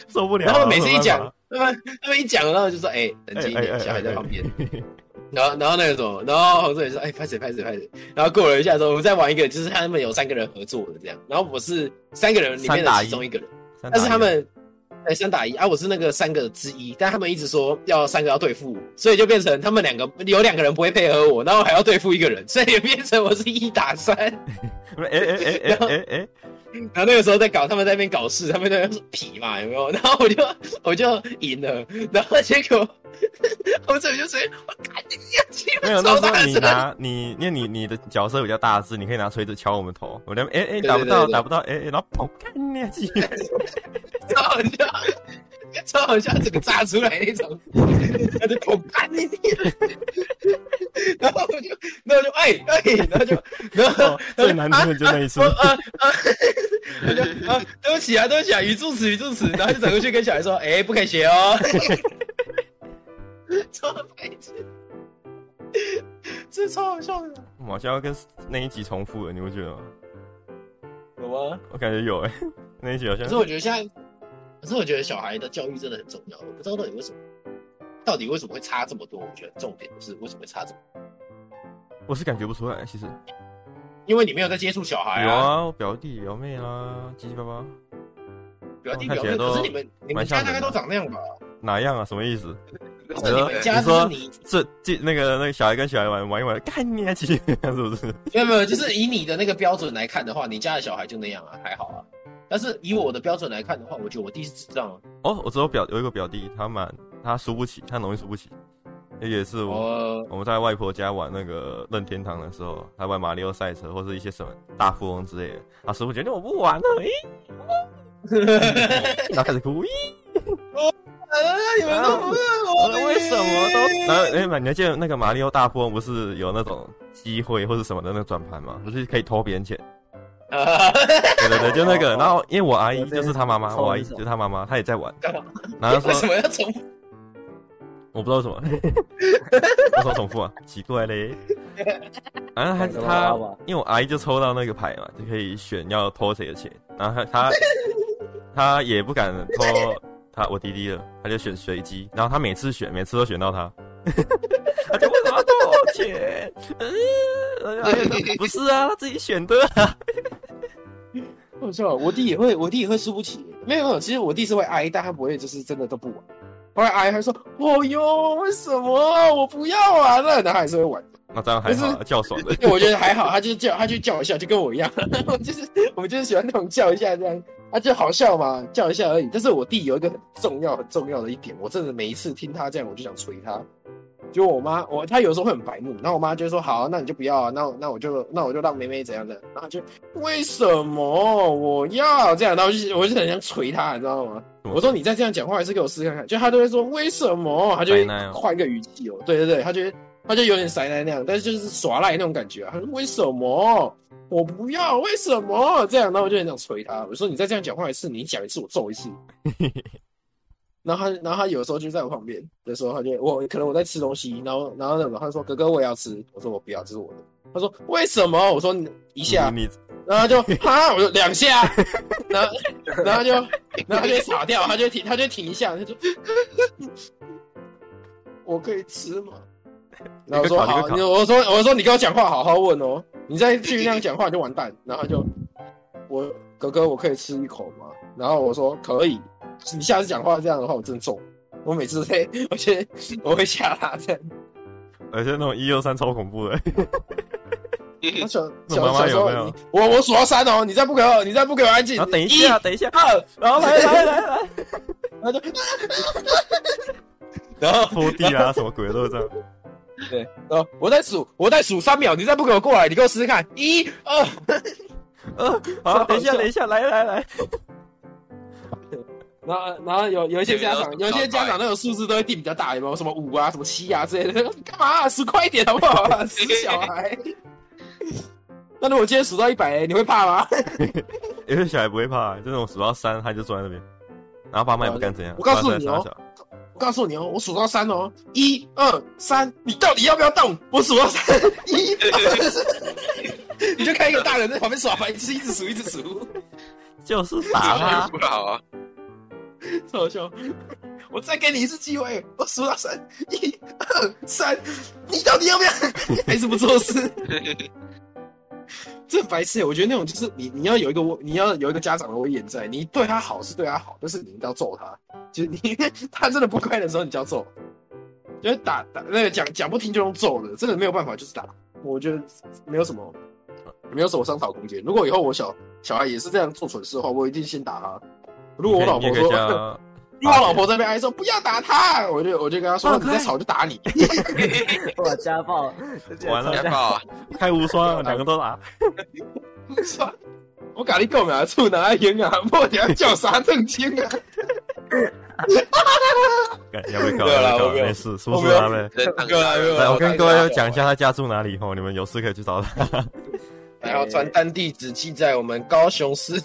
受不了了。
然后每次一
我
讲
说，
他们他们一讲，然后就说：“哎、冷静一
哦哎哎哎
点，小孩在旁边。
哎哎
然后然后那个什么，然后黄志远说：“哎、拍谁拍谁拍谁。”然后过了一下之后，我们再玩一个，就是他们有三个人合作的这样，然后我是三个人里面
三
的
打一
其中一个人，
三打
但是
一啊
他们。哎，三打一啊！我是那个三个之一，但他们一直说要三个要对付我，所以就变成他们两个有两个人不会配合我，然后还要对付一个人，所以也变成我是一打三。
哎哎哎哎哎哎，
然后那个时候在搞，他们在那边搞事，他们在那边说皮嘛，有没有？然后我就我就赢了，然后结果 <laughs> 我这里就直接我干你啊呀，鸡巴
没有，那
超
时
大
候你
声！
拿你，因为你你的角色比较大只，你可以拿锤子敲我们头，我那边哎哎
对
打不
对
到
对
打不到，哎哎，然后砰，看你的鸡，
超好笑，超好笑，整个炸出来那种，他就我干你娘！然后我就然后我就哎哎，然后就然后
最难听的就那一次
我。啊啊！他就啊，对不起啊，对不起啊，语助词，语助词，然后就走过去跟小孩说：“哎、不可以学哦。”超白痴，这超好笑的。
我好像要跟那一集重复了，你会觉得吗？
有吗？
我感觉有哎，那一集好像
可是我觉得现在，可是我觉得小孩的教育真的很重要。我不知道到底为什么，到底为什么会差这么多？我觉得重点就是为什么会差这么多，
我是感觉不出来，其实
因为你没有在接触小孩
有
啊，
啊，我表弟表妹啊，七七八八，
表弟
看
表
起
妹。
来都
可是你们你们
蛮像
家
人的
大概都长那样吧？
哪样啊？什么意思？
可是
你
你
说
们家
你
就是
说
你
这这那个那个小孩跟小孩玩玩一玩，干你啊鸡，是不是？ <laughs>
没有没有，就是以你的那个标准来看的话，你家的小孩就那样啊，还好啊。但是以我的标准来看的话，我觉得我弟是智障啊。
哦，我只有表有一个表弟，他蛮他输不起，他很容易输不起。也是我、
我
我们在外婆家玩那个任天堂的时候，还玩马里奥赛车或是一些什么大富翁之类的，他师傅决定我不玩了，咦，然后开始哭，咦，
啊，你们都不是我
我也是什么都。然后哎，你还记得那个马里奥大富翁不是有那种机会或者什么的那个转盘吗？不是可以偷别人钱？
啊，
对对对，就那个。然后因为我阿姨
我这
就是她妈妈，
抽一
我阿姨
手
就是她妈妈，她也在玩
干嘛。 <laughs>
然后
为
她
什么
说
要重复？
我不知道为什么，为什么重复啊？奇怪嘞。然后她
两个
她
娃娃吧
因为我阿姨就抽到那个牌嘛，就可以选要偷谁的钱。然后她她她也不敢偷她我弟弟的，她就选随机。然后她每次选，每次都选到她。她就为什么要偷我钱？嗯，然后她就不是啊，她自己选的啊、
我操，嗯我弟也会，我弟也会输不起。没有没有，其实我弟是会挨，但他不会就是真的都不玩。后来挨还说：“哦哟，为什么啊我不要玩了？”然后还是会玩。
那这样还好啊，较爽的。
因为我觉得还好，他就是叫他就叫我笑，就跟我一样， <laughs> 我就是我就是喜欢那种叫一下这样，啊就好笑嘛，叫一下而已。但是我弟有一个很重要很重要的一点，我真的每一次听他这样，我就想捶他。就我妈，我他有时候会很白目，然后我妈就说：“好啊、那你就不要啊，那我那我就那我就让妹妹怎样的。”然后就为什么我要这样？然后我就我就很想捶他，你知道吗？
怎么
我说你再这样讲话，还是给我试看看。就他都会说为什么，他就
白
会
奶哦
换一个语气哦，对对对，他就会他就有点塞奶那样，但是就是耍赖那种感觉啊。他说为什么我不要？为什么这样？然后我就很想捶他，我说你再这样讲话一次，你讲一次我揍一次。然后他，然后他有时候就在我旁边的时候，他就我可能我在吃东西，然后然后那种他就说哥哥我也要吃，我说我不要，这是我的。他说为什么？我说你一下，
你
然后他 <laughs> 就哈，我就两下， <laughs> 然后然后就然后他就会傻掉，他就会停，他就会停一下，他就 <laughs> 我可以吃吗？ <laughs> 然后我说
你可以考你可
好，
以考
你我说我说你跟我讲话好好问哦，你再继续那样讲话你就完 <laughs> 蛋。然后他就我哥哥我可以吃一口吗？然后我说可以，你下次讲话这样的话我真揍。我每次都会， <laughs> 我觉得我会吓他
<laughs>
这样。
而哎且那种一二三超恐怖 <laughs> 的，
我小
那
小
妈妈
小时候
有没有
你，我我数到三哦，你再不给我，你再不给我安静
然，后等一下，等一下，然后来来来来，
然后就
<laughs> 然后拖地啊，什么鬼都这样。
对，呃，我在数，我在数三秒，你再不给我过来，你给我试试看，一二，
呃， <laughs> 好，等一下，等一下，来来来，
然后然后有有一些家长，有一些家长那种数字都会定比较大，有没有什么五啊，什么七啊之类的？ <laughs> 干嘛、啊、数快一点好不好、啊？死小孩。 <laughs> 那如果今天数到一百，你会怕吗？
有些小孩不会怕，就那种数到三他就坐在那边，然后爸妈也不敢怎样。
我告诉你哦
爸妈在傻笑，
我告诉你哦，我数到三哦，一二三，你到底要不要动？我数到三，一二三， <laughs> 你就看一个大人在旁边耍白痴，一直数一直数。
就是打他，
不好啊，
超好笑！我再给你一次机会，我数到三，一、二、三，你到底要不要？还是不做事？这白痴欸！我觉得那种就是你，你要有一个威，你要有一个家长的威严在，你对他好是对他好，但是你一定要揍他，就是你他真的不乖的时候，你就要揍，就是打打那个讲讲不听就用揍的，真的没有办法，就是打。我觉得没有什么，没有什么商讨空间。如果以后我小小孩也是这样做蠢事的话，我一定先打他。如果我老
你也
婆
可以
说， <laughs>
叫
因为我老婆在那边哀说不要打他，我就我就跟她说
放
你
开
再吵我就打你。
<laughs> 哇，家暴，
完了
家暴啊，
开无双，两个都打。
我搞你购买处哪赢啊？我等下叫啥正经啊？
<laughs> 要被搞，要被搞，没事，是不是他们？
人躺
哥啊哥
对，我跟各位讲一下他家住哪里哦，你们有事可以去找他。
然后传单地址记在我们高雄
<laughs>
市。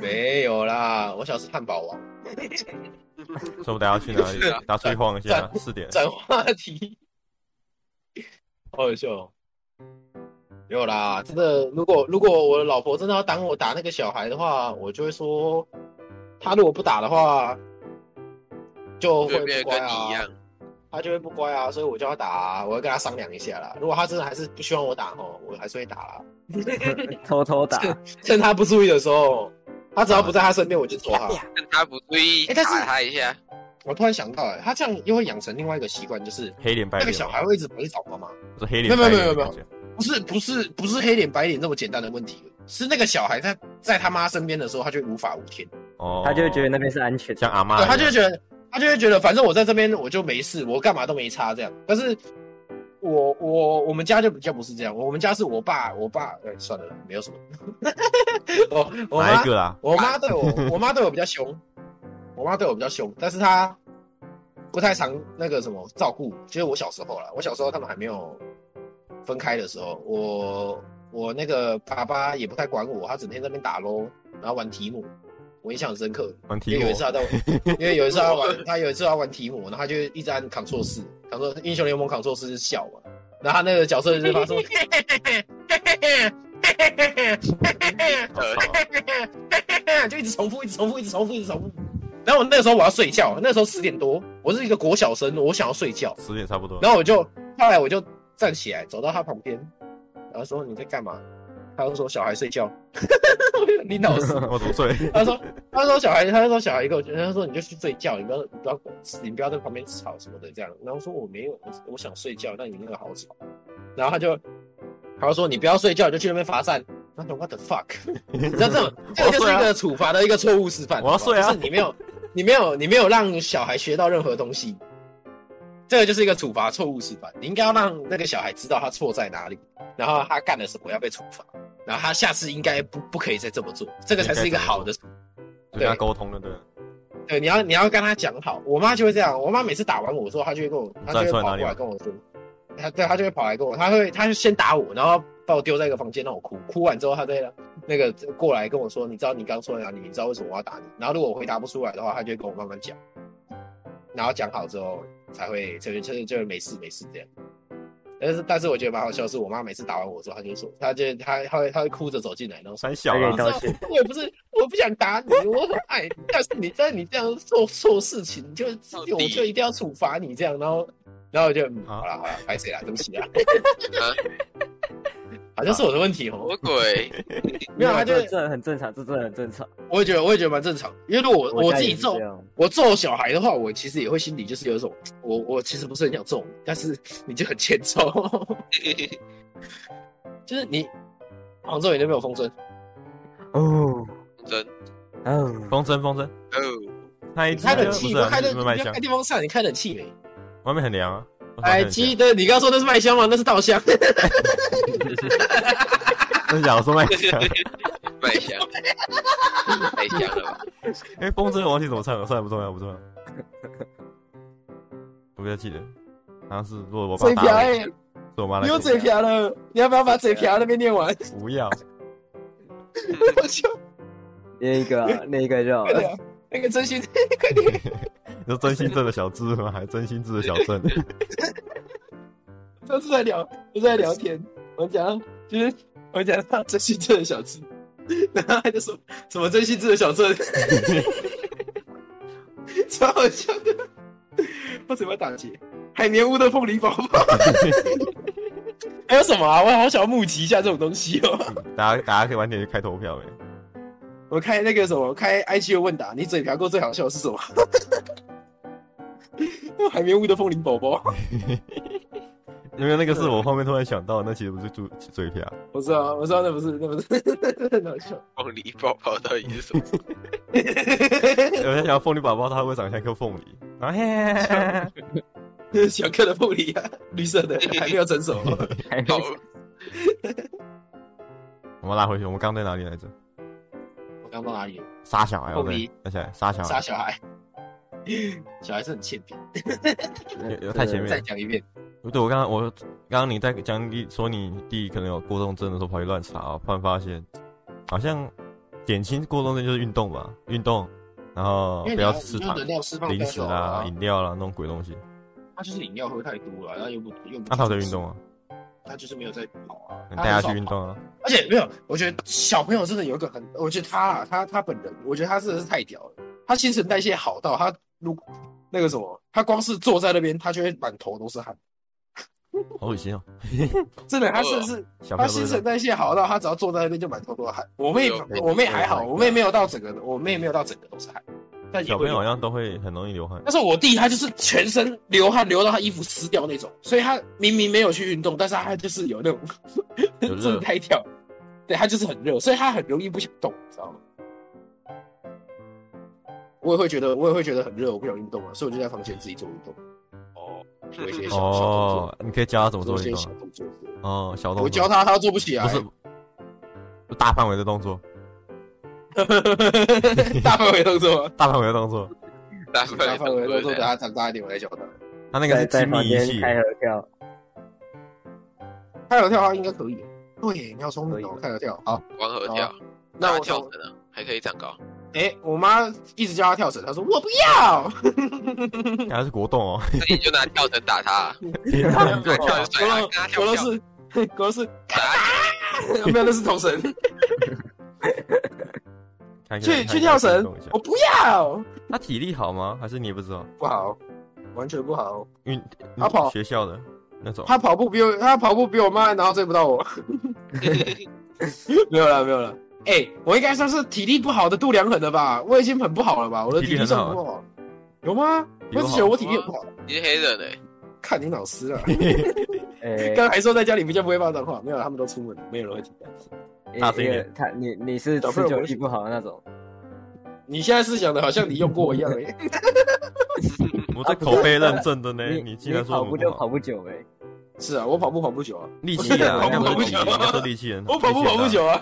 没有啦，我想是汉堡王。
所以我们等下去哪里？
啊
大家出去晃一下，四点。
转话题，好好笑、哦。没有啦，真的，如果如果我老婆真的要挡我打那个小孩的话，我就会说，她如果不打的话，就会
会变
不乖
得跟你一
啊，
样，
她就会不乖啊，所以我就要打、啊，我要跟她商量一下啦。如果她真的还是不希望我打哦，我还是会打啦，
偷偷打，
趁她不注意的时候，她只要不在她身边，我就啊揍她。
趁他不注意
哎但
打
是
他一下，
我突然想到、欸，她这样又会养成另外一个习惯，就是
黑脸白
那个
脸，
小孩会一直跑去找妈妈。
是黑脸白脸的感觉。
不是不是不是黑脸白脸这么简单的问题，是那个小孩在在他妈身边的时候，他就无法无天，
哦，
他就会觉得那边是安全的。
像阿妈，
对，他就会觉得他就会觉得反正我在这边我就没事，我干嘛都没差这样。但是我我我们家就比较不是这样，我们家是我爸我爸，哎、算了啦，没有什么。我我 <laughs>
哪
妈
一个啊？
我妈对我我妈对我比较凶，我妈对我比较凶，但是她不太常那个什么照顾。其实我小时候啦，我小时候他们还没有分开的时候，我我那个爸爸也不太管我，他整天在那边打喽，然后玩提姆，我印象很深刻。
玩
因
题
为有
目
一次他在玩，因为有一次他玩，他有一次他玩提姆，然后他就一直按 Ctrl 四，Ctrl 英雄联盟 Ctrl 四是笑嘛，然后他那个角色就是发出， <laughs> 就一直重复，一直重复，一直重复，一直重复。然后我那个时候我要睡觉，那时候十点多，我是一个国小生，我想要睡觉，
十点差不多。
然后我就后来我就站起来走到他旁边，然后说你在干嘛？他就说小孩睡觉， <laughs> 你脑子。
<laughs> 我怎
<laughs>
么睡？
他说，他说小孩，他说小孩一个，我觉得他说你就去睡觉，你不要，你不要，你不要在旁边吵什么的这样。然后我说我没有，我我想睡觉，那你那个好吵。然后他就，他就说你不要睡觉，你就去那边罚站。那种 what the fuck，你知道
<laughs>
这种，这个就是一个处罚的一个错误示范。
我要睡啊
就是你没有，你没有，你没有让小孩学到任何东西，这个就是一个处罚错误示范。你应该要让那个小孩知道他错在哪里，然后他干了什么要被处罚，然后他下次应该不不可以再这么做，这个才是一个好的
就跟他沟通了，对了。
对，你要你要跟他讲好。我妈就会这样，我妈每次打完我之后，她就会跟我，她就会
在
跑
哪
过
里
来跟我说，她对她就会跑来跟我，她会她就先打我，然后把我丢在一个房间让我哭，哭完之后，她再那个过来跟我说，你知道你刚说在哪里，你知道为什么我要打你？然后如果我回答不出来的话，她就会跟我慢慢讲，然后讲好之后才会才会就是就是没事没事这样。但是但是我觉得蛮好笑，是我妈每次打完我之后，她就说，她就她她会她会哭着走进来，然后说。
三小
他给
啊
你，道歉，
我也不是，我不想打你，我很爱你，但是你在你这样做错事情，就
到底
我就一定要处罚你这样，然后，然后我就、嗯、
啊
好了好了，拍谁啦，对不起啦，
啊，
好像是我的问题
魔
哦。
鬼，
没有，他啊就
这这很正常，这真的很正常。
我也觉得，我也觉得蛮正常，因为如果我我
家
自
也
己
是
揍
这样
我揍小孩的话，我其实也会心里就是有一种，我我其实不是很想揍你，但是你就很欠揍， <laughs> 就是你杭州有没有风筝？
哦
真
哦，
风筝风筝，
<laughs> 哦，
开
你开冷
不
气，
是
不要
啊
开
你
冷，你
是不
不
是卖
要
香
开，电风扇，你开冷气没？
外面很凉啊。我操
哎，记，得你刚说那是麦香吗？那是稻香。
很凉真 <laughs> 假的我说卖
<laughs>
香，
卖香，太香了吧？
哎，风筝我忘记怎么唱了，算了，不重要，不重要。我不太记得，好像是如果我爸
嘴
打
瓢
我，
哎、
是我妈来
你有
跟我
嘴瓢了，你要不要把嘴瓢那边念完？
讲，
<laughs>
不要，
我就
另一个啊另一个就好
快
了，
点，那个真心，快点。
你说真心镇的小智吗？还真心智的小
<laughs>
镇，
上次在聊，我在聊天， <laughs> 我讲就是我讲到真心智的小智， <laughs> 然后他就说什么真心智的小镇， <laughs> 超好笑的。我怎么打结？海绵屋的凤梨宝 <laughs> 宝，还有什么啊？我好想要募集一下这种东西哦。
大家大家可以晚点去开投票哎。
我开那个什么，开 IG 的问答，你嘴瓢过最好笑的是什么？ <laughs> 海绵屋的风铃宝宝，
因为那个是我后面突然想到，那其实不是嘴嘴啊
<laughs>
瓢，
我知道，我知道，那不是，那不是，很好笑。
凤梨宝宝到底是什么？
我在想凤梨宝宝它会不会长像一颗凤梨，然后嘿嘿嘿嘿
<laughs>
嘿，
小克的凤梨啊，绿色的，还没有成 <laughs> 熟。
还没
好，
我们拉回去，我们刚在哪里来着？
我刚到哪里？
杀小孩，
凤梨
对，而且杀小
杀
孩，
小孩，小孩是很欠扁。
有有太前面
再
了。
讲一遍，
对，我刚刚我刚刚你在讲你说你弟可能有过动症的时候跑去乱查，突然发现好像减轻过动症就是运动吧，运动，然后
因为
不
你要
吃
你要
糖、
能量释放
零食
啊
啦、饮料啊啦那种鬼东西。
他就是饮料喝太
嗯
多了，然后又不又不。
那他有在运动啊，
他就是没有在跑啊。
你带他去运动啊。
而且没有，我觉得小朋友真的有一个很，我觉得他啊，他他本人，我觉得他真的是太屌了。他新陈代谢好到他如那个什么，他光是坐在那边，他就会满头都是汗。
好恶心哦！
真的，他是是
小
他
朋友都
新陈
是这样
代谢好到他只要坐在那边就满头都是汗。我妹
哎
我妹还好，
哎
我妹没有到整个，我妹没有到整个都是汗，但也
小
会
朋友
有
好像都会很容易流汗。
但是我弟他就是全身流汗流到他衣服湿掉那种，所以他明明没有去运动，但是他就是有那种 <laughs>
有热
真的太跳，对他就是很热，所以他很容易不想动，你知道吗？我也会觉得，我也会觉得很热，我不想运动啊，所以我就在房间自己做运动，
哦，
做一些小小动
哦，你可以教他怎么
作，
做
做一
运
些小
动啊。
动作。
哦，小动作。
我教他，他做不起来
不，是
啊
大范围的动作，
大范围动作吗，
大范围的动作。
大部分
大
人
范围
都
都
这
说等
样。
他长大一点我再教他。
他那个
在
是
在
亲
房
密仪
间
器，
开合跳，
开合跳的话应该可以。 <laughs> 对，你要聪明哦，开合跳。好，
光合跳，
哦那我
跳
从
绳啊，还可以长
<laughs>
高。
哎、我妈一直叫他跳绳，她说我不要。
还是果冻
<laughs>
哦，
那你就拿跳绳打他，啊
你就
哦
跳绳甩他，跟他
我
跳
都
跳。
是， <laughs> 我都是，
打他
<laughs> 没有，那是头绳。
看一下
去去跳绳，我不要，
他体力好吗？还是你也不知道？
不好，完全不好。
运
他跑
学校的那种，
他跑步比我，他跑步比我慢，然后追不到我。 <laughs> 没有了，没有了。哎、我应该算是体力不好的度量衡了吧？我已经很不好了吧？我的
体
体
力
力
很
算
好
不好，啊有啊吗？
体力
我
不
只
好
觉得我体力很不好。
<laughs> 你是黑人哎，
看你老师了，
诶、
刚才说在家里比较不会骂脏话，没有，他们都出门，没有人会听到。
大声一点
一个他你你是
小
持
朋友
久
不是
力不好的那种，
你现在是想的好像你用过一样、欸，
我
啊
这口碑认证的呢。
你
你竟然说
跑
我
步
们
就
不
跑
好，
不久呗、
是啊，我跑步跑不久啊，
力气啊，
跑
应
步
该
跑
不
不
是体
久
力，应该说力气很，
我跑步跑不久啊，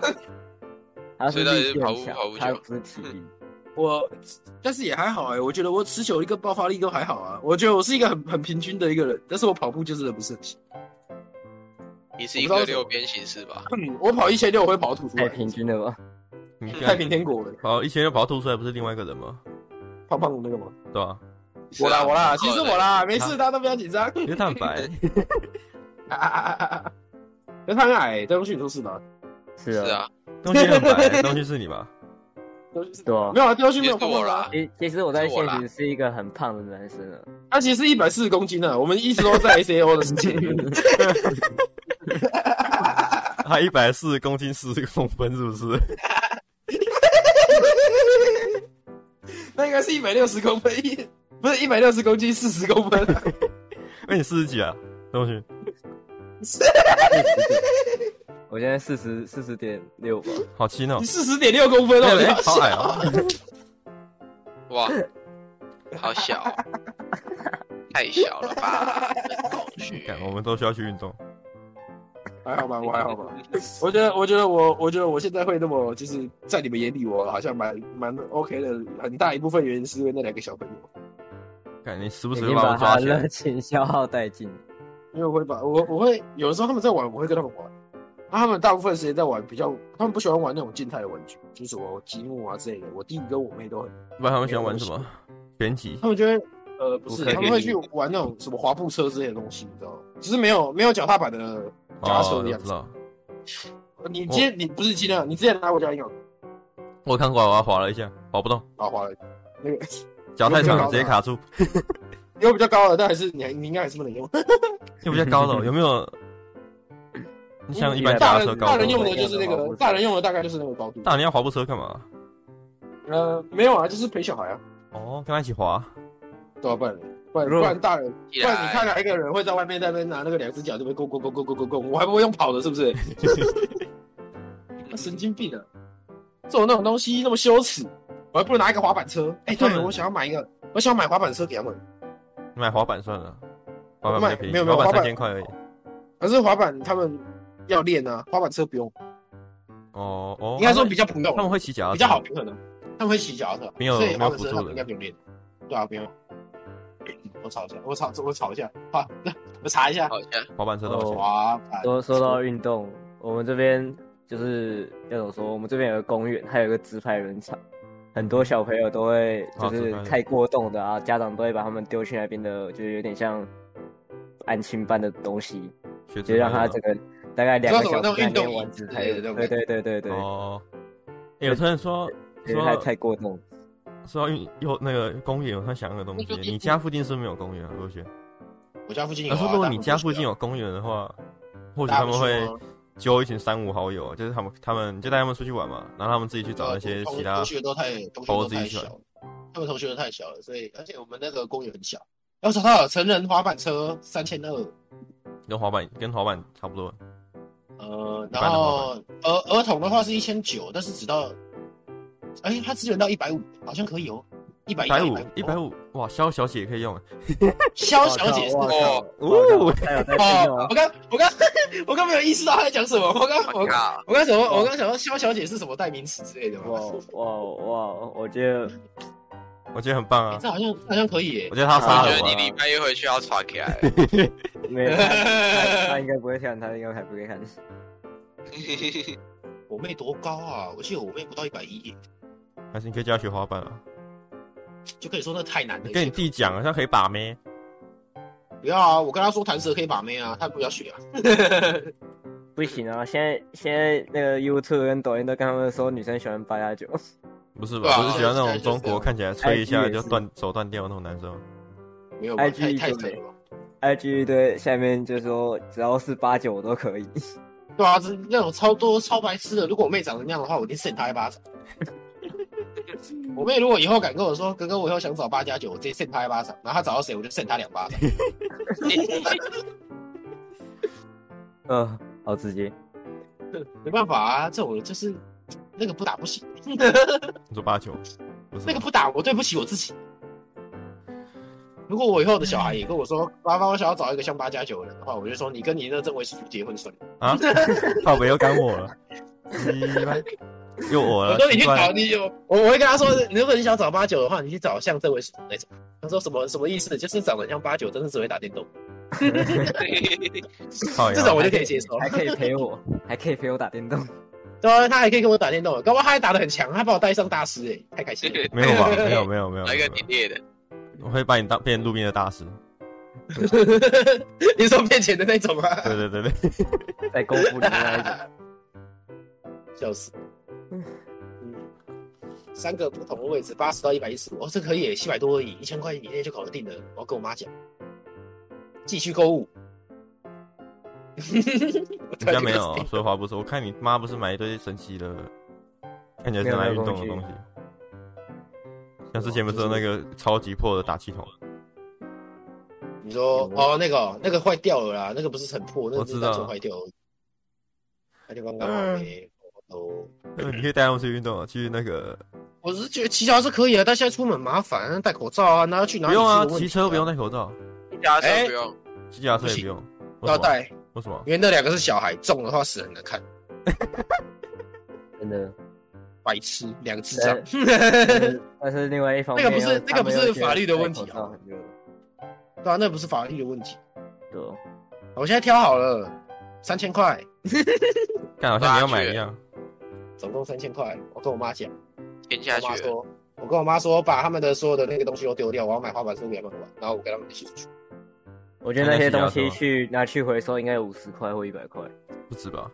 他是
所以到底
力
是
气
跑
很
步
强
跑步，
他
久
不是体力。
我但是也还好哎、我觉得我持久力跟爆发力都还好啊，我觉得我是一个很很平均的一个人，但是我跑步就真的不是很行，
你是一个六边形是吧？
嗯我跑一千六我会跑吐出
太
来，
平均了吧？
你看
太平天国了，
跑一千六跑吐出来，不是另外一个人吗？
胖胖的那个吗？
对
<laughs>
吧？
我啦我啦，
是
其
啊
实我啦，没事，大家都不要紧张。 <laughs>
因为蛋白，
啊啊啊啊啊！那啊他很矮，张旭你说是吧？
是
是
啊，
啊，
东西很白，东西是你吧？
张旭是 <laughs>
对啊
没。有啊，张旭没
也
有
是
胖胖
我
的啊
啦，
其其实我在
是我
现
啦
实是一个很胖的男生啊，
他其实一百四十公斤呢、我们一直都 <laughs> 在 S A O 的世界里面。
<laughs> 他一百四十公斤，四十公分，是不是？ <laughs>
那应该是一百六十公分，一 <laughs> 不是一百六十公斤，四十公分、 <laughs> 啊。
那你四十几啊，东西？
我现在四十四十点六吧，
好轻哦
你！四十点六公分
哎
哦，你
哎好
小
矮哦！
哇，好小哦，太小了
<laughs>
吧？
<laughs> 干我们都需要去运动。
还好吧，我还好吧。我觉得，我觉得我，我觉得我现在会那么，就是在你们眼里，我好像蛮蛮 OK 的。很大一部分原因是因为那两个小朋友，
看你时不
已
时
经
就把
把
我
他
抓
的
起来
热，情消耗殆尽了。
因为我会把我我会有的时候他们在玩，我会跟他们玩。那他们大部分时间在玩比较，他们不喜欢玩那种静态的玩具，就是什么积木啊之类的。我弟弟跟我妹都很，
不然他们喜欢玩什么？拳
<laughs>
击
他们觉得呃不是，
我可以
他们会去玩那种什么滑步车之类的东西，你知道吗？只是没有没有脚踏板的脚踏
哦，
车
我
的样
知
子。
道。
你今天你不是今天，啊你之前来我家应有
我看过，我滑了一下，滑不动，
啊，滑了那个
脚太长，直接卡住。
有比较高的，但还是你还你应该还是不能用。
又比较高
<laughs>
的，有没有？你像一般脚
大
踏车
人
高
大
度
人？用的就是那个，大人用的大概就是那个高度。
大人要滑步车干嘛？
呃，没有啊，就是陪小孩啊，
哦，跟他一起滑。
对吧？不然不然不然大人，
一
不然你看
来
哪一个人会在外面在那边拿那个两只脚这边拱拱拱拱拱拱拱，我还不会用跑的，是不是？那神经病啊！这种那种东西那么羞耻，我还不如拿一个滑板车。哎，对
他们
我想要买一个，我想要买滑板车给他们。
买滑板算了，滑板比
买
较便宜，
没有没有
滑
滑
板
板
三千块而已。
可是滑板他们要练啊，滑板车不用，
哦哦，
应该说
他们
比较普通
他，们会骑脚踏车，
比较好平衡的。他们会骑脚踏车，
没有
所以
没有
滑板
辅
车
助
他
的
们应该不用练。对啊，不用。我吵一下，我吵，我吵一下。 <laughs> 好，那我查一下。啊哎
好像
滑板车多少钱？
滑板
说说到运动，我们这边就是要怎么说？我们这边有个公园，还有一个直排轮场，很多小朋友都会
啊
就
直排
是
轮
太过动的啊，家长都会把他们丢去那边的，就是有点像安亲班的东西，
学
就让他这个大概两个小时在那边玩直
嗯知道什么那种运动椅
排轮
之类的
对对对对对，
哦。哎，我突然说
因为太
说
太过动。
说到运又那个公园，我突然想到个东西，你家附近是不是没有公园啊？若雪，
我家附近有
他
啊。
说如果你家附近
有，
有公园的话，或许
大
他
家
们
不去
会
吗
揪一群三五好友，啊就是他们他们你就带他们出去玩嘛，然后他们自己去
啊
找那些其他
同学都太同学
猴
都
子一
太
起
小
玩
了，他们同学都太小了，所以而且我们那个公园很小。要找到成人滑板车三千二，
跟滑板跟滑板差不多。
呃，
一般的
然后儿儿童的话是一千九，但是只到，哎，它支援到一百五，好像可以哦，一百
一百五，
一
一百。五，哇，肖小姐也可以用，啊
肖小姐是
哇
哦
靠，哇靠他有在听
哦
哦，
我刚我刚 <laughs> 我刚没有意识到他在讲什么，我刚
哎
我
我
刚
靠，
我刚想说，我刚想说肖小姐是什么代名词之类的吗？
哇哇哇！我觉得
我觉得很棒
欸
啊，
这好像这好像可以耶
我觉啊得他
我
杀
觉
得很
得你
完美
礼拜一回去要耍起来。
没有，他他应该不会看，他应该还不会看。
我妹多高啊？我记得我妹不到一百一，
还是你可以教他学滑板啊，
就跟你说那太难了
你。跟你弟讲啊，他可以把妹，
不要啊！我跟她说弹舌可以把妹啊，她不要学啊。
不行啊！现在现在那个 YouTube 跟抖音都跟他们说女生喜欢八加九，
不是
对
吧？
啊
不是喜欢那种
现在就是
中
这
国
样
看起来吹一下
IG
就断手断掉那种男生，啊
没有吧，太
IG
太
就
扯
没
了吧。
IG 的下面就说只要是八九我都可以。
对啊，这那种超多超白痴的。如果我妹长成那样的话，我一定扇她一巴掌。我妹如果以后敢跟我说，哥哥，我以后想找八加九，我直接扇她一巴掌。然后她找到谁，我就扇她两巴掌。
嗯、好直接。
没办法啊，这种人就是那个不打不行，
你说八九，不是
那个不打我对不起我自己。如果我以后的小孩也跟我说，妈妈，我想要找一个像八加九的人的话，我就说你跟你那政委叔叔结婚算了。
啊， <laughs> 靠北又赶我了，鸡巴又我
我
了，
说你
呃奇
去
怪
找你有，我我会跟他说，如果你想找八九的话，你去找像这位那种。他说什么什么意思？就是长得像八九，但是只会打电动，
靠
这
哎呀
种我就可以接受。
还可以
<laughs>
陪我，还可以陪我打电动。
对啊，他还可以跟我打电动，搞不好他还打得很强，他把我带上大师哎、太开心了。
<laughs> 没有
<laughs>
吧？没有没有没有，
来
没
个
有
你列的，
我会把你当变路边的大师，
<laughs> 你说骗钱的那种吗？
对对对对。
<laughs>
在功夫里面那一种，
笑死。嗯，三个不同的位置，八十到一百一十五，哦，这可以耶，七百多而已，一千块以内就搞得定了。我要跟我妈讲，继续购物。
你家没有说话不是？我看你妈不是买一堆神奇的，看起来是拿来运动的东西。像之前不是有那个超级破的打气 <laughs> 筒，
你说哦，那个哦那个坏掉了啦，那个不是很破，那
啊
个
我知
是
道嗯
单纯坏掉而已。那就刚刚好没。哦，
那你可以带他们去运动啊，去那个
我是觉得骑脚踏车可以啊，但现在出门麻烦，戴口罩啊，拿去哪
不
里
用啊，
是个问题
骑车不用戴口罩，
加车不用，
骑脚踏车也不用。为
要
什么？
戴，
为什么？
因为那两个是小孩，中的话死很难看，
真的。
白痴，两个智障。
但是但是另外一方面，
那个不是那个不是
他们又觉得
法律的问题啊
戴口罩很热
对啊，那不是法律的问题。
对哦，
我现在挑好了，三千块，
干好像你要买一样，
总共三千块。我跟我妈讲，
填下
我
去
妈
了。
说，我跟我妈说，把他们的所有的那个东西都丢掉，我要买滑板车给他们玩，然后我跟他们一起出去。
我觉得那些东西去拿去回收，应该五十块或一百块。
不止吧？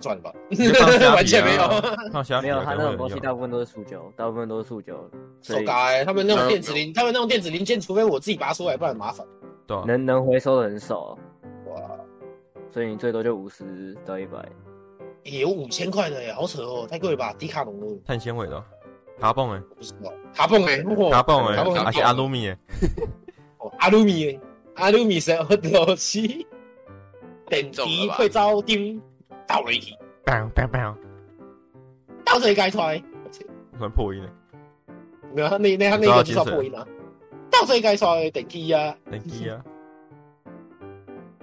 算了吧，
你就放
<laughs>
虾皮啊
完全没有，
<laughs> 放虾皮
没
啊
有，
可
它
能
那
会有
种
人
东西
要
大部分都是塑胶，大部分都是塑胶，所
手
以
该他们那种电子零，他们那种电子零件，除非我自己拔出来，不然麻烦。
对啊，
能能回收的很少，啊
哇，
所以你最多就五十到一百。
也有哎五千块的耶，好扯哦，太贵了吧？迪卡侬的，
碳纤维的哦，卡泵哎，
我不知道。卡蹦哎，哇
卡泵哎
卡蹦，
而且
很
阿
棒
鲁米哎，
哦阿鲁米耶，阿鲁米什么东西？等
中
级
了吧
会招丁，到了一起，
bang bang bang，
到这里该踹。
突然破音了，
没有，他啊那那他那个就是要破音啊。到这该刷等级啊，
等一
<laughs>
啊，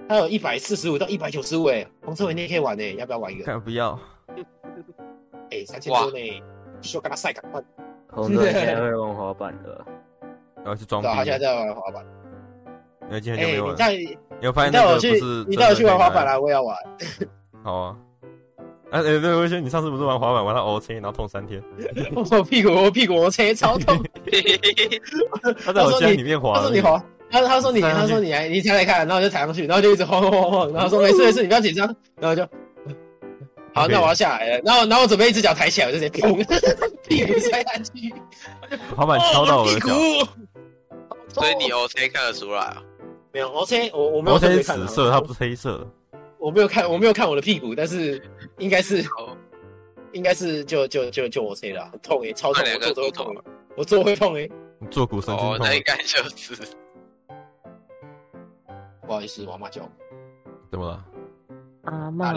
他有一百四十五到一百九十五哎，黄志伟那天可以玩哎、要不要玩一个？
干不要，
哎、三千多呢，需要跟他赛赶快。
红队现在会玩滑板的，啊
然后去装
对
逼
啊，，他现在在玩滑板。
然后今
哎、
天就没有
你
了。
带
你有发
你
现
带
那个
我
不
去
是，
你带我去玩滑板啊
啦？
啦，我也要玩。
好啊。啊，哎、对，我轩，你上次不是玩滑板玩到 O C，然后痛三天，
我屁股我屁股我车超痛。
哎他在我家里面滑
他
而
说
已，
你滑，他他说你
踩上
他
去
说你来你踩踩看，然后我就踩上去，然后就一直晃晃晃晃，然后说没事没事，你不要紧张，然后就。好，那我要下来了。然后，然后我准备一只脚抬起来，我就直接砰，屁股 <laughs> 摔下
<laughs>
去，哦
滑板敲到我的
屁股
脚。。
<laughs> 所以你 OK 看得出来啊？
没有，OK，我我没有
O
特
C
别
是
看啊
紫色，它不是黑色的。
我没有看，我没有看我的屁股，但是应该是
哦
应该是就就就就 OK 了，很痛诶，超痛，
那两
我
个
坐着会
骨头
痛，欸我坐着会痛诶。欸
你坐骨神经
哦，
痛
那，应该就是
不好意思，王妈叫我
怎么了？
阿
嬷
妈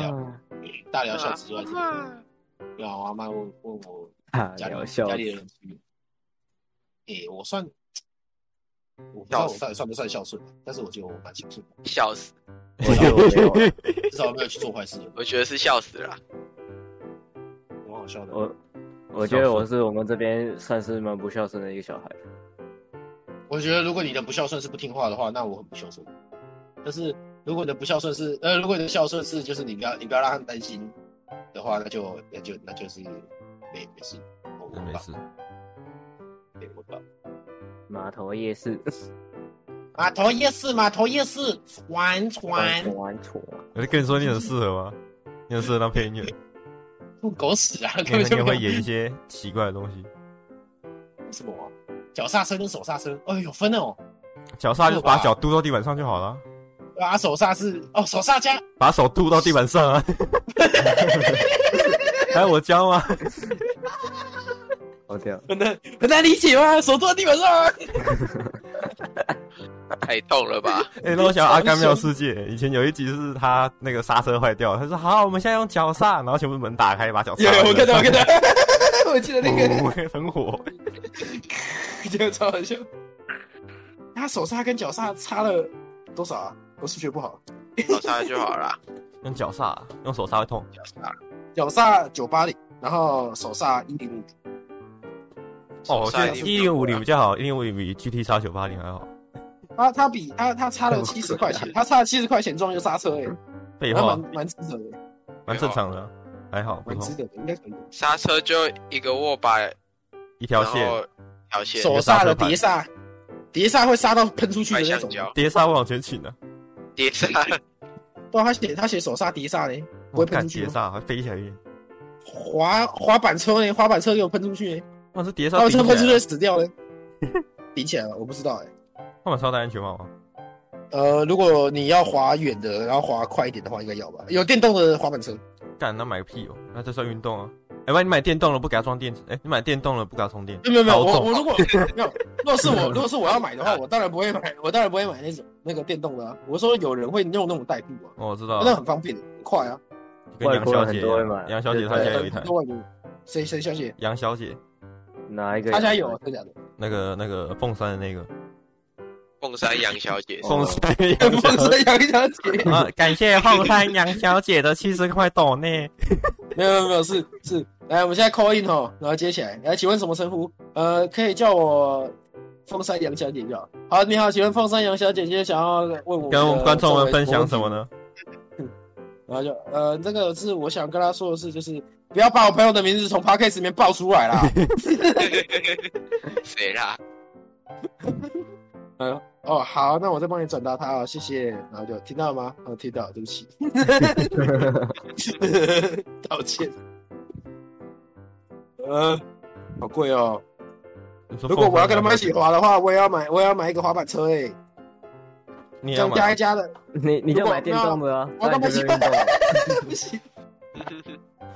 大聊小子就在这里，对啊，我阿妈问问我
大
家
疗
里
效
家里的人，诶、我算我不知道我到底算不算孝顺，但是我觉得我蛮孝顺的， <laughs>
笑死，
<laughs>
<laughs>
至少我没有去做坏事，
我觉得是笑死了啊。
蛮好笑的。
我我觉得我是我们这边算是蛮不孝顺的一个小孩，
我觉得如果你的不孝顺是不听话的话，那我很不孝顺。但是如果你的不孝顺是呃，如果你的孝顺是就是你不要你不要让他们担心的话，那就那就那就是没没事，我
那
我
没
吧，
事。
对我吧。
码头夜市，
码头夜市，码头夜市，玩
玩
船，
玩船，
我就跟你说，你很适合吗？你很适合当配音员，
吐 <laughs> 狗屎啊！
<laughs>
你
根本
哦你
就
也
没
会
有
演一些奇怪的东西。
什么啊脚刹车跟手刹车，哦有分的哦。
脚刹就是
是吧
把脚嘟到地板上就好了，
啊，手刹是哦，手刹加
把手嘟到地板上
<laughs>
啊。还有我教吗？
哦
好屌，
很难很难理解吗？手坐在地板上啊，
太痛
<laughs>
了吧？
哎、让我想到阿甘妙世界，以前有一集是他那个刹车坏掉了，他说好，我们现在用脚刹，然后全部门打开，把脚刹
<laughs> 有
在地上。<laughs>
有我看到我看到， <laughs> 我记得那个
哦 <laughs> 很火，
这个超好笑。他手刹跟脚刹差了多少啊？我数学不好，
手刹就好了，
用脚刹，用手刹会痛。
脚刹。
脚刹九八零，然后手刹一零五。
哦，我
手刹
觉得一零五零比较好，一零五零比 GT 叉九八零还好。
他他比他他差了七十块钱，他差了七十块钱装一个刹车、欸，
废
那
话
蛮，蛮值得的，
蛮正常的啊，还好不
蛮值
痛。
得的，应该可以。
刹车就一个握把，
一条
然
线
后条线
手刹的碟刹，碟刹会刹到喷出去
摔
的那
橡
种。
胶，
碟刹会往前倾的，
碟刹，
对啊，他写他写手刹碟刹呢，不
我
会喷
干
出去哦
碟
吗。
刹还飞起来一点。
滑滑板车呢，滑板车给我喷出去呢，
哇，这碟刹
滑板
顶
车
起
喷出
来
去
了，
死掉 <laughs> 呢。顶起来了，我不知道哎、
换把超戴安全帽吗？啊
呃，如果你要滑远的，然后滑快一点的话，应该要吧？有电动的滑板车，
干，那买个屁哦，那这算运动啊？哎、万一你买电动了不给它装电池，哎、你买电动了不给它充电，
没有没有没有，
超重
我我
<laughs>
如果没有，如果是我如果是我要买的话，我当然不会买，我当然不会买那种那个电动的啊。我说有人会用那种代步啊，
哦我知道，
那很方便，很快啊。
跟杨小姐一
外国人很多会买
样，杨小姐她
对
家有一台
很，多外国人谁谁小姐，
杨小姐
<laughs> 哪一个？
他家有啊，真的
<laughs>
假的？
那个那个呃凤山的那
哦
个
凤山杨小姐，
凤山的杨
不
小姐。
是杨小姐， <laughs>
啊！感谢凤山杨小姐的七十块抖
<laughs>
内。
没有没有没有，是是。来，我们现在 call in 哦，然后接起来。来，请问什么称呼？呃，可以叫我凤山杨小姐就好。好，你好，请问凤山杨小姐姐想要问我们
跟我们
的
观众
作
们
为
分享
国
什么呢？
然后就呃，那个是我想跟他说的是，就是不要把我朋友的名字从 podcast 里面爆出来啦。
<laughs> 谁啦？ <laughs>
嗯，哦，好，那我再帮你转达他哦，谢谢。然后就听到了吗？嗯，听到，对不起， <laughs> 道歉。呃，好贵哦。
你说
如果我要跟他们一起
凤
滑的话，我也要买，我也要买一个滑板车诶、
山杨小姐，你也要买
这样加一加的，
<laughs> 你你就买电动的啊，
我
那
都
你
不
就可以
行
运 <laughs> 动了。，
不行，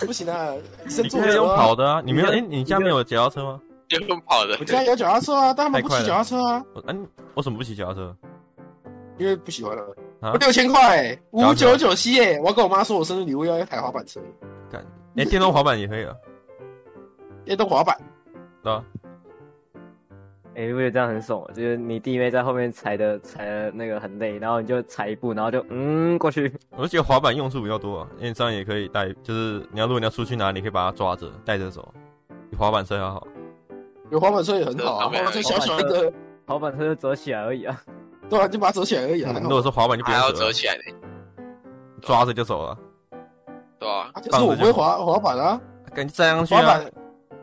不行啊！身
你
坐
可以
着
用
啊
跑的啊！你没有？
你
哎、
就
你家没有脚踏车吗？
就用跑的
我，家有脚踏车啊，但他们不
太快了
骑脚踏车啊，
我嗯、我怎么不骑脚踏车？
因为不喜欢啊。
啊
我六千块欸，五
脚
九
踏
九七耶！我要跟我妈说，我生日礼物要一台滑板车，
干，哎、电动滑板也可以啊，
电动滑板。
对吧？
哎、你不觉得这样很爽吗？就是你弟妹在后面踩的踩的那个很累，然后你就踩一步，然后就嗯过去， <laughs>
我就觉得滑板用处比较多、啊，因为这样也可以带，就是你要如果你要出去哪里，可以把它抓着带着走，比滑板车还好。
有滑板车也很好啊，滑
对
板车
滑
小
板
小一
车
个，
滑板车就折起来而已啊。
对啊，就把它折起来而已啊。
嗯如果是滑板就不
还要
用
折
折，
起来的，
抓着就走了，
对
<laughs>
吧？
啊可是我不会滑滑板啊，
赶紧站上去
滑
啊
板，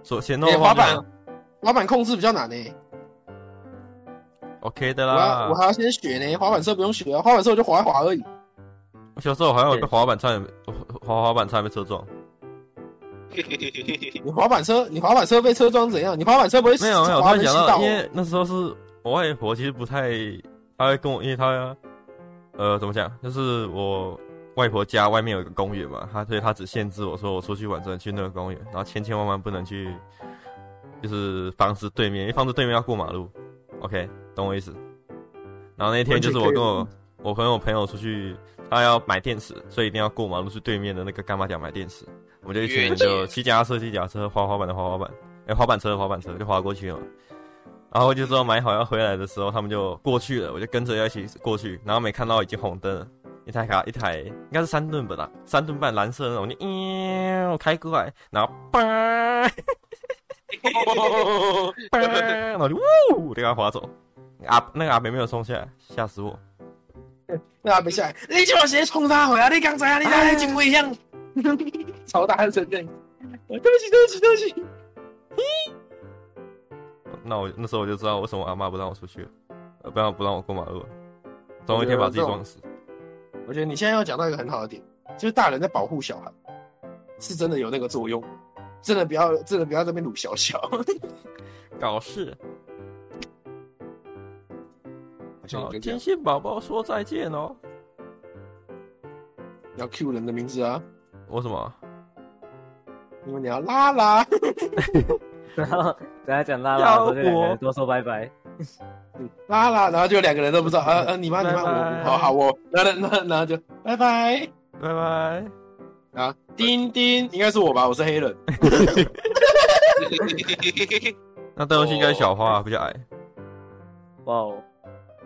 左前后
哎，
方
滑
就
板
好
啊
滑板控制比较难呢，
OK 的
我要
啦
我。还要先学呢，滑板车不用学啊，滑板车我就滑一滑而已。
我小时候好像有个滑板差点被滑滑板差点被车撞，
你滑板车，你滑板车被车撞怎样？你滑板车不会
没有没有，突
滑
然
被吸
想到，
到
因为那时候是我外婆，其实不太，她会跟我，因为她呃怎么讲，就是我外婆家外面有一个公园嘛，她所以她只限制我说我出去玩只能去那个公园，然后千千万万不能去，就是房子对面，因为房子对面要过马路，OK，懂我意思。然后那天就是我跟我我朋友朋友出去，他要买电池，所以一定要过马路去对面的那个干妈店买电池。我们就一群人就骑脚踏车、骑脚踏车、滑滑板的滑滑板，哎、滑板车的滑板车就滑过去了嘛。然后就之后买好要回来的时候，他们就过去了，我就跟着要一起过去，然后没看到已经红灯了，一台卡一台应该是三吨吧啦，三吨半蓝色的那种，就喵开过来，然后叭叭，然后就呜，就给它滑走。阿那个阿北没有冲下来，吓死我！
那阿北下来，啊你就直接冲他回来，你刚才啊，你
哎
刚才警卫一样， <laughs> 超大声的，对不起，对不起，对不起。
那我那时候我就知道为什么我阿妈不让我出去了，呃，不让不让我过马路了，总有一天把自己撞死。
我觉得你现在要讲到一个很好的点，就是大人在保护小孩，是真的有那个作用，真的不要真的不要这边鲁小小，
哦搞事！
好像
好，
我跟你
天
讲
线宝宝说再见哦。
要 Q 人的名字啊，
我什么？
因为你要拉拉， <laughs>
<laughs> 然后等下讲拉拉的时候，就两个
要我
人多说拜拜。
嗯拉拉，然后就两个人都不知道，呃呃，你妈你妈
拜拜
我，好好我，然后然后然后就拜拜
拜拜。
啊，丁丁应该是我吧，我是黑人，
那戴东西应该是小花比较矮，
哇哦，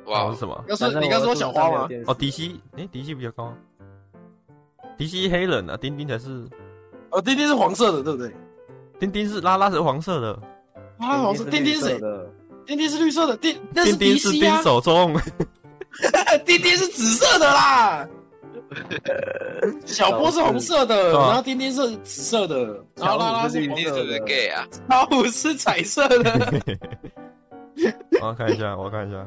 然后
哇
是，什么？
要是
反正
你刚说
我
小
肚子上
花
没有
吗？
电视
哦，迪西，诶，迪西比较高啊。迪西黑人啊，丁丁才是，
哦，丁丁是黄色的，对不对？
丁丁是拉拉是黄色的，
啊，黄色，丁丁
绿
是
色
谁？
的，
丁丁是绿色的，丁那是
丁
迪
丁是
西
丁
啊，
手中。 <laughs>
丁丁是紫色的啦。小波是红色的，
对啊
然后丁丁是紫色的，然后拉拉是
你
黄
是
色
不是
的，
gay 啊？
老虎是彩色的。
我要看一下，我要看一下。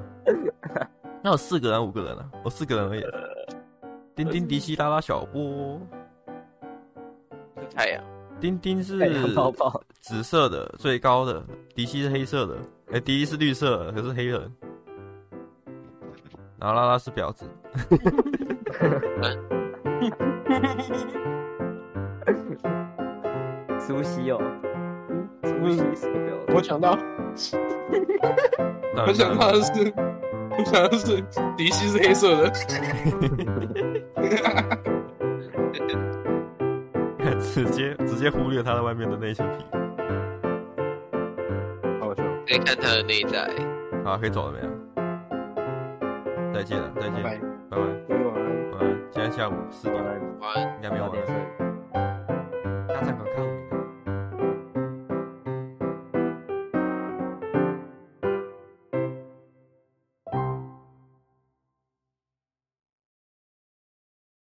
那有四个人，五个人啊，我四个人而已。丁丁、迪西、拉拉、小波，
是太阳，
丁丁
<laughs>
是
太阳泡泡，
紫色的，最高的；迪西是黑色的，哎、迪西是绿色的，可是黑人。然后拉拉是婊子，
苏西哦，苏
嗯
哦西是个标
我想到，
当
我
然
想到的是，我想到的是迪西是黑色的，
<laughs> 直接直接忽略他在外面的那一层皮。
好笑。
可以看他的内在。
好，可以走了没有？再见了，再见，
拜拜，
拜拜，
各位晚安。
晚安。现在下午四点，
准，
晚安
应该没有
八
晚
点
安。
睡。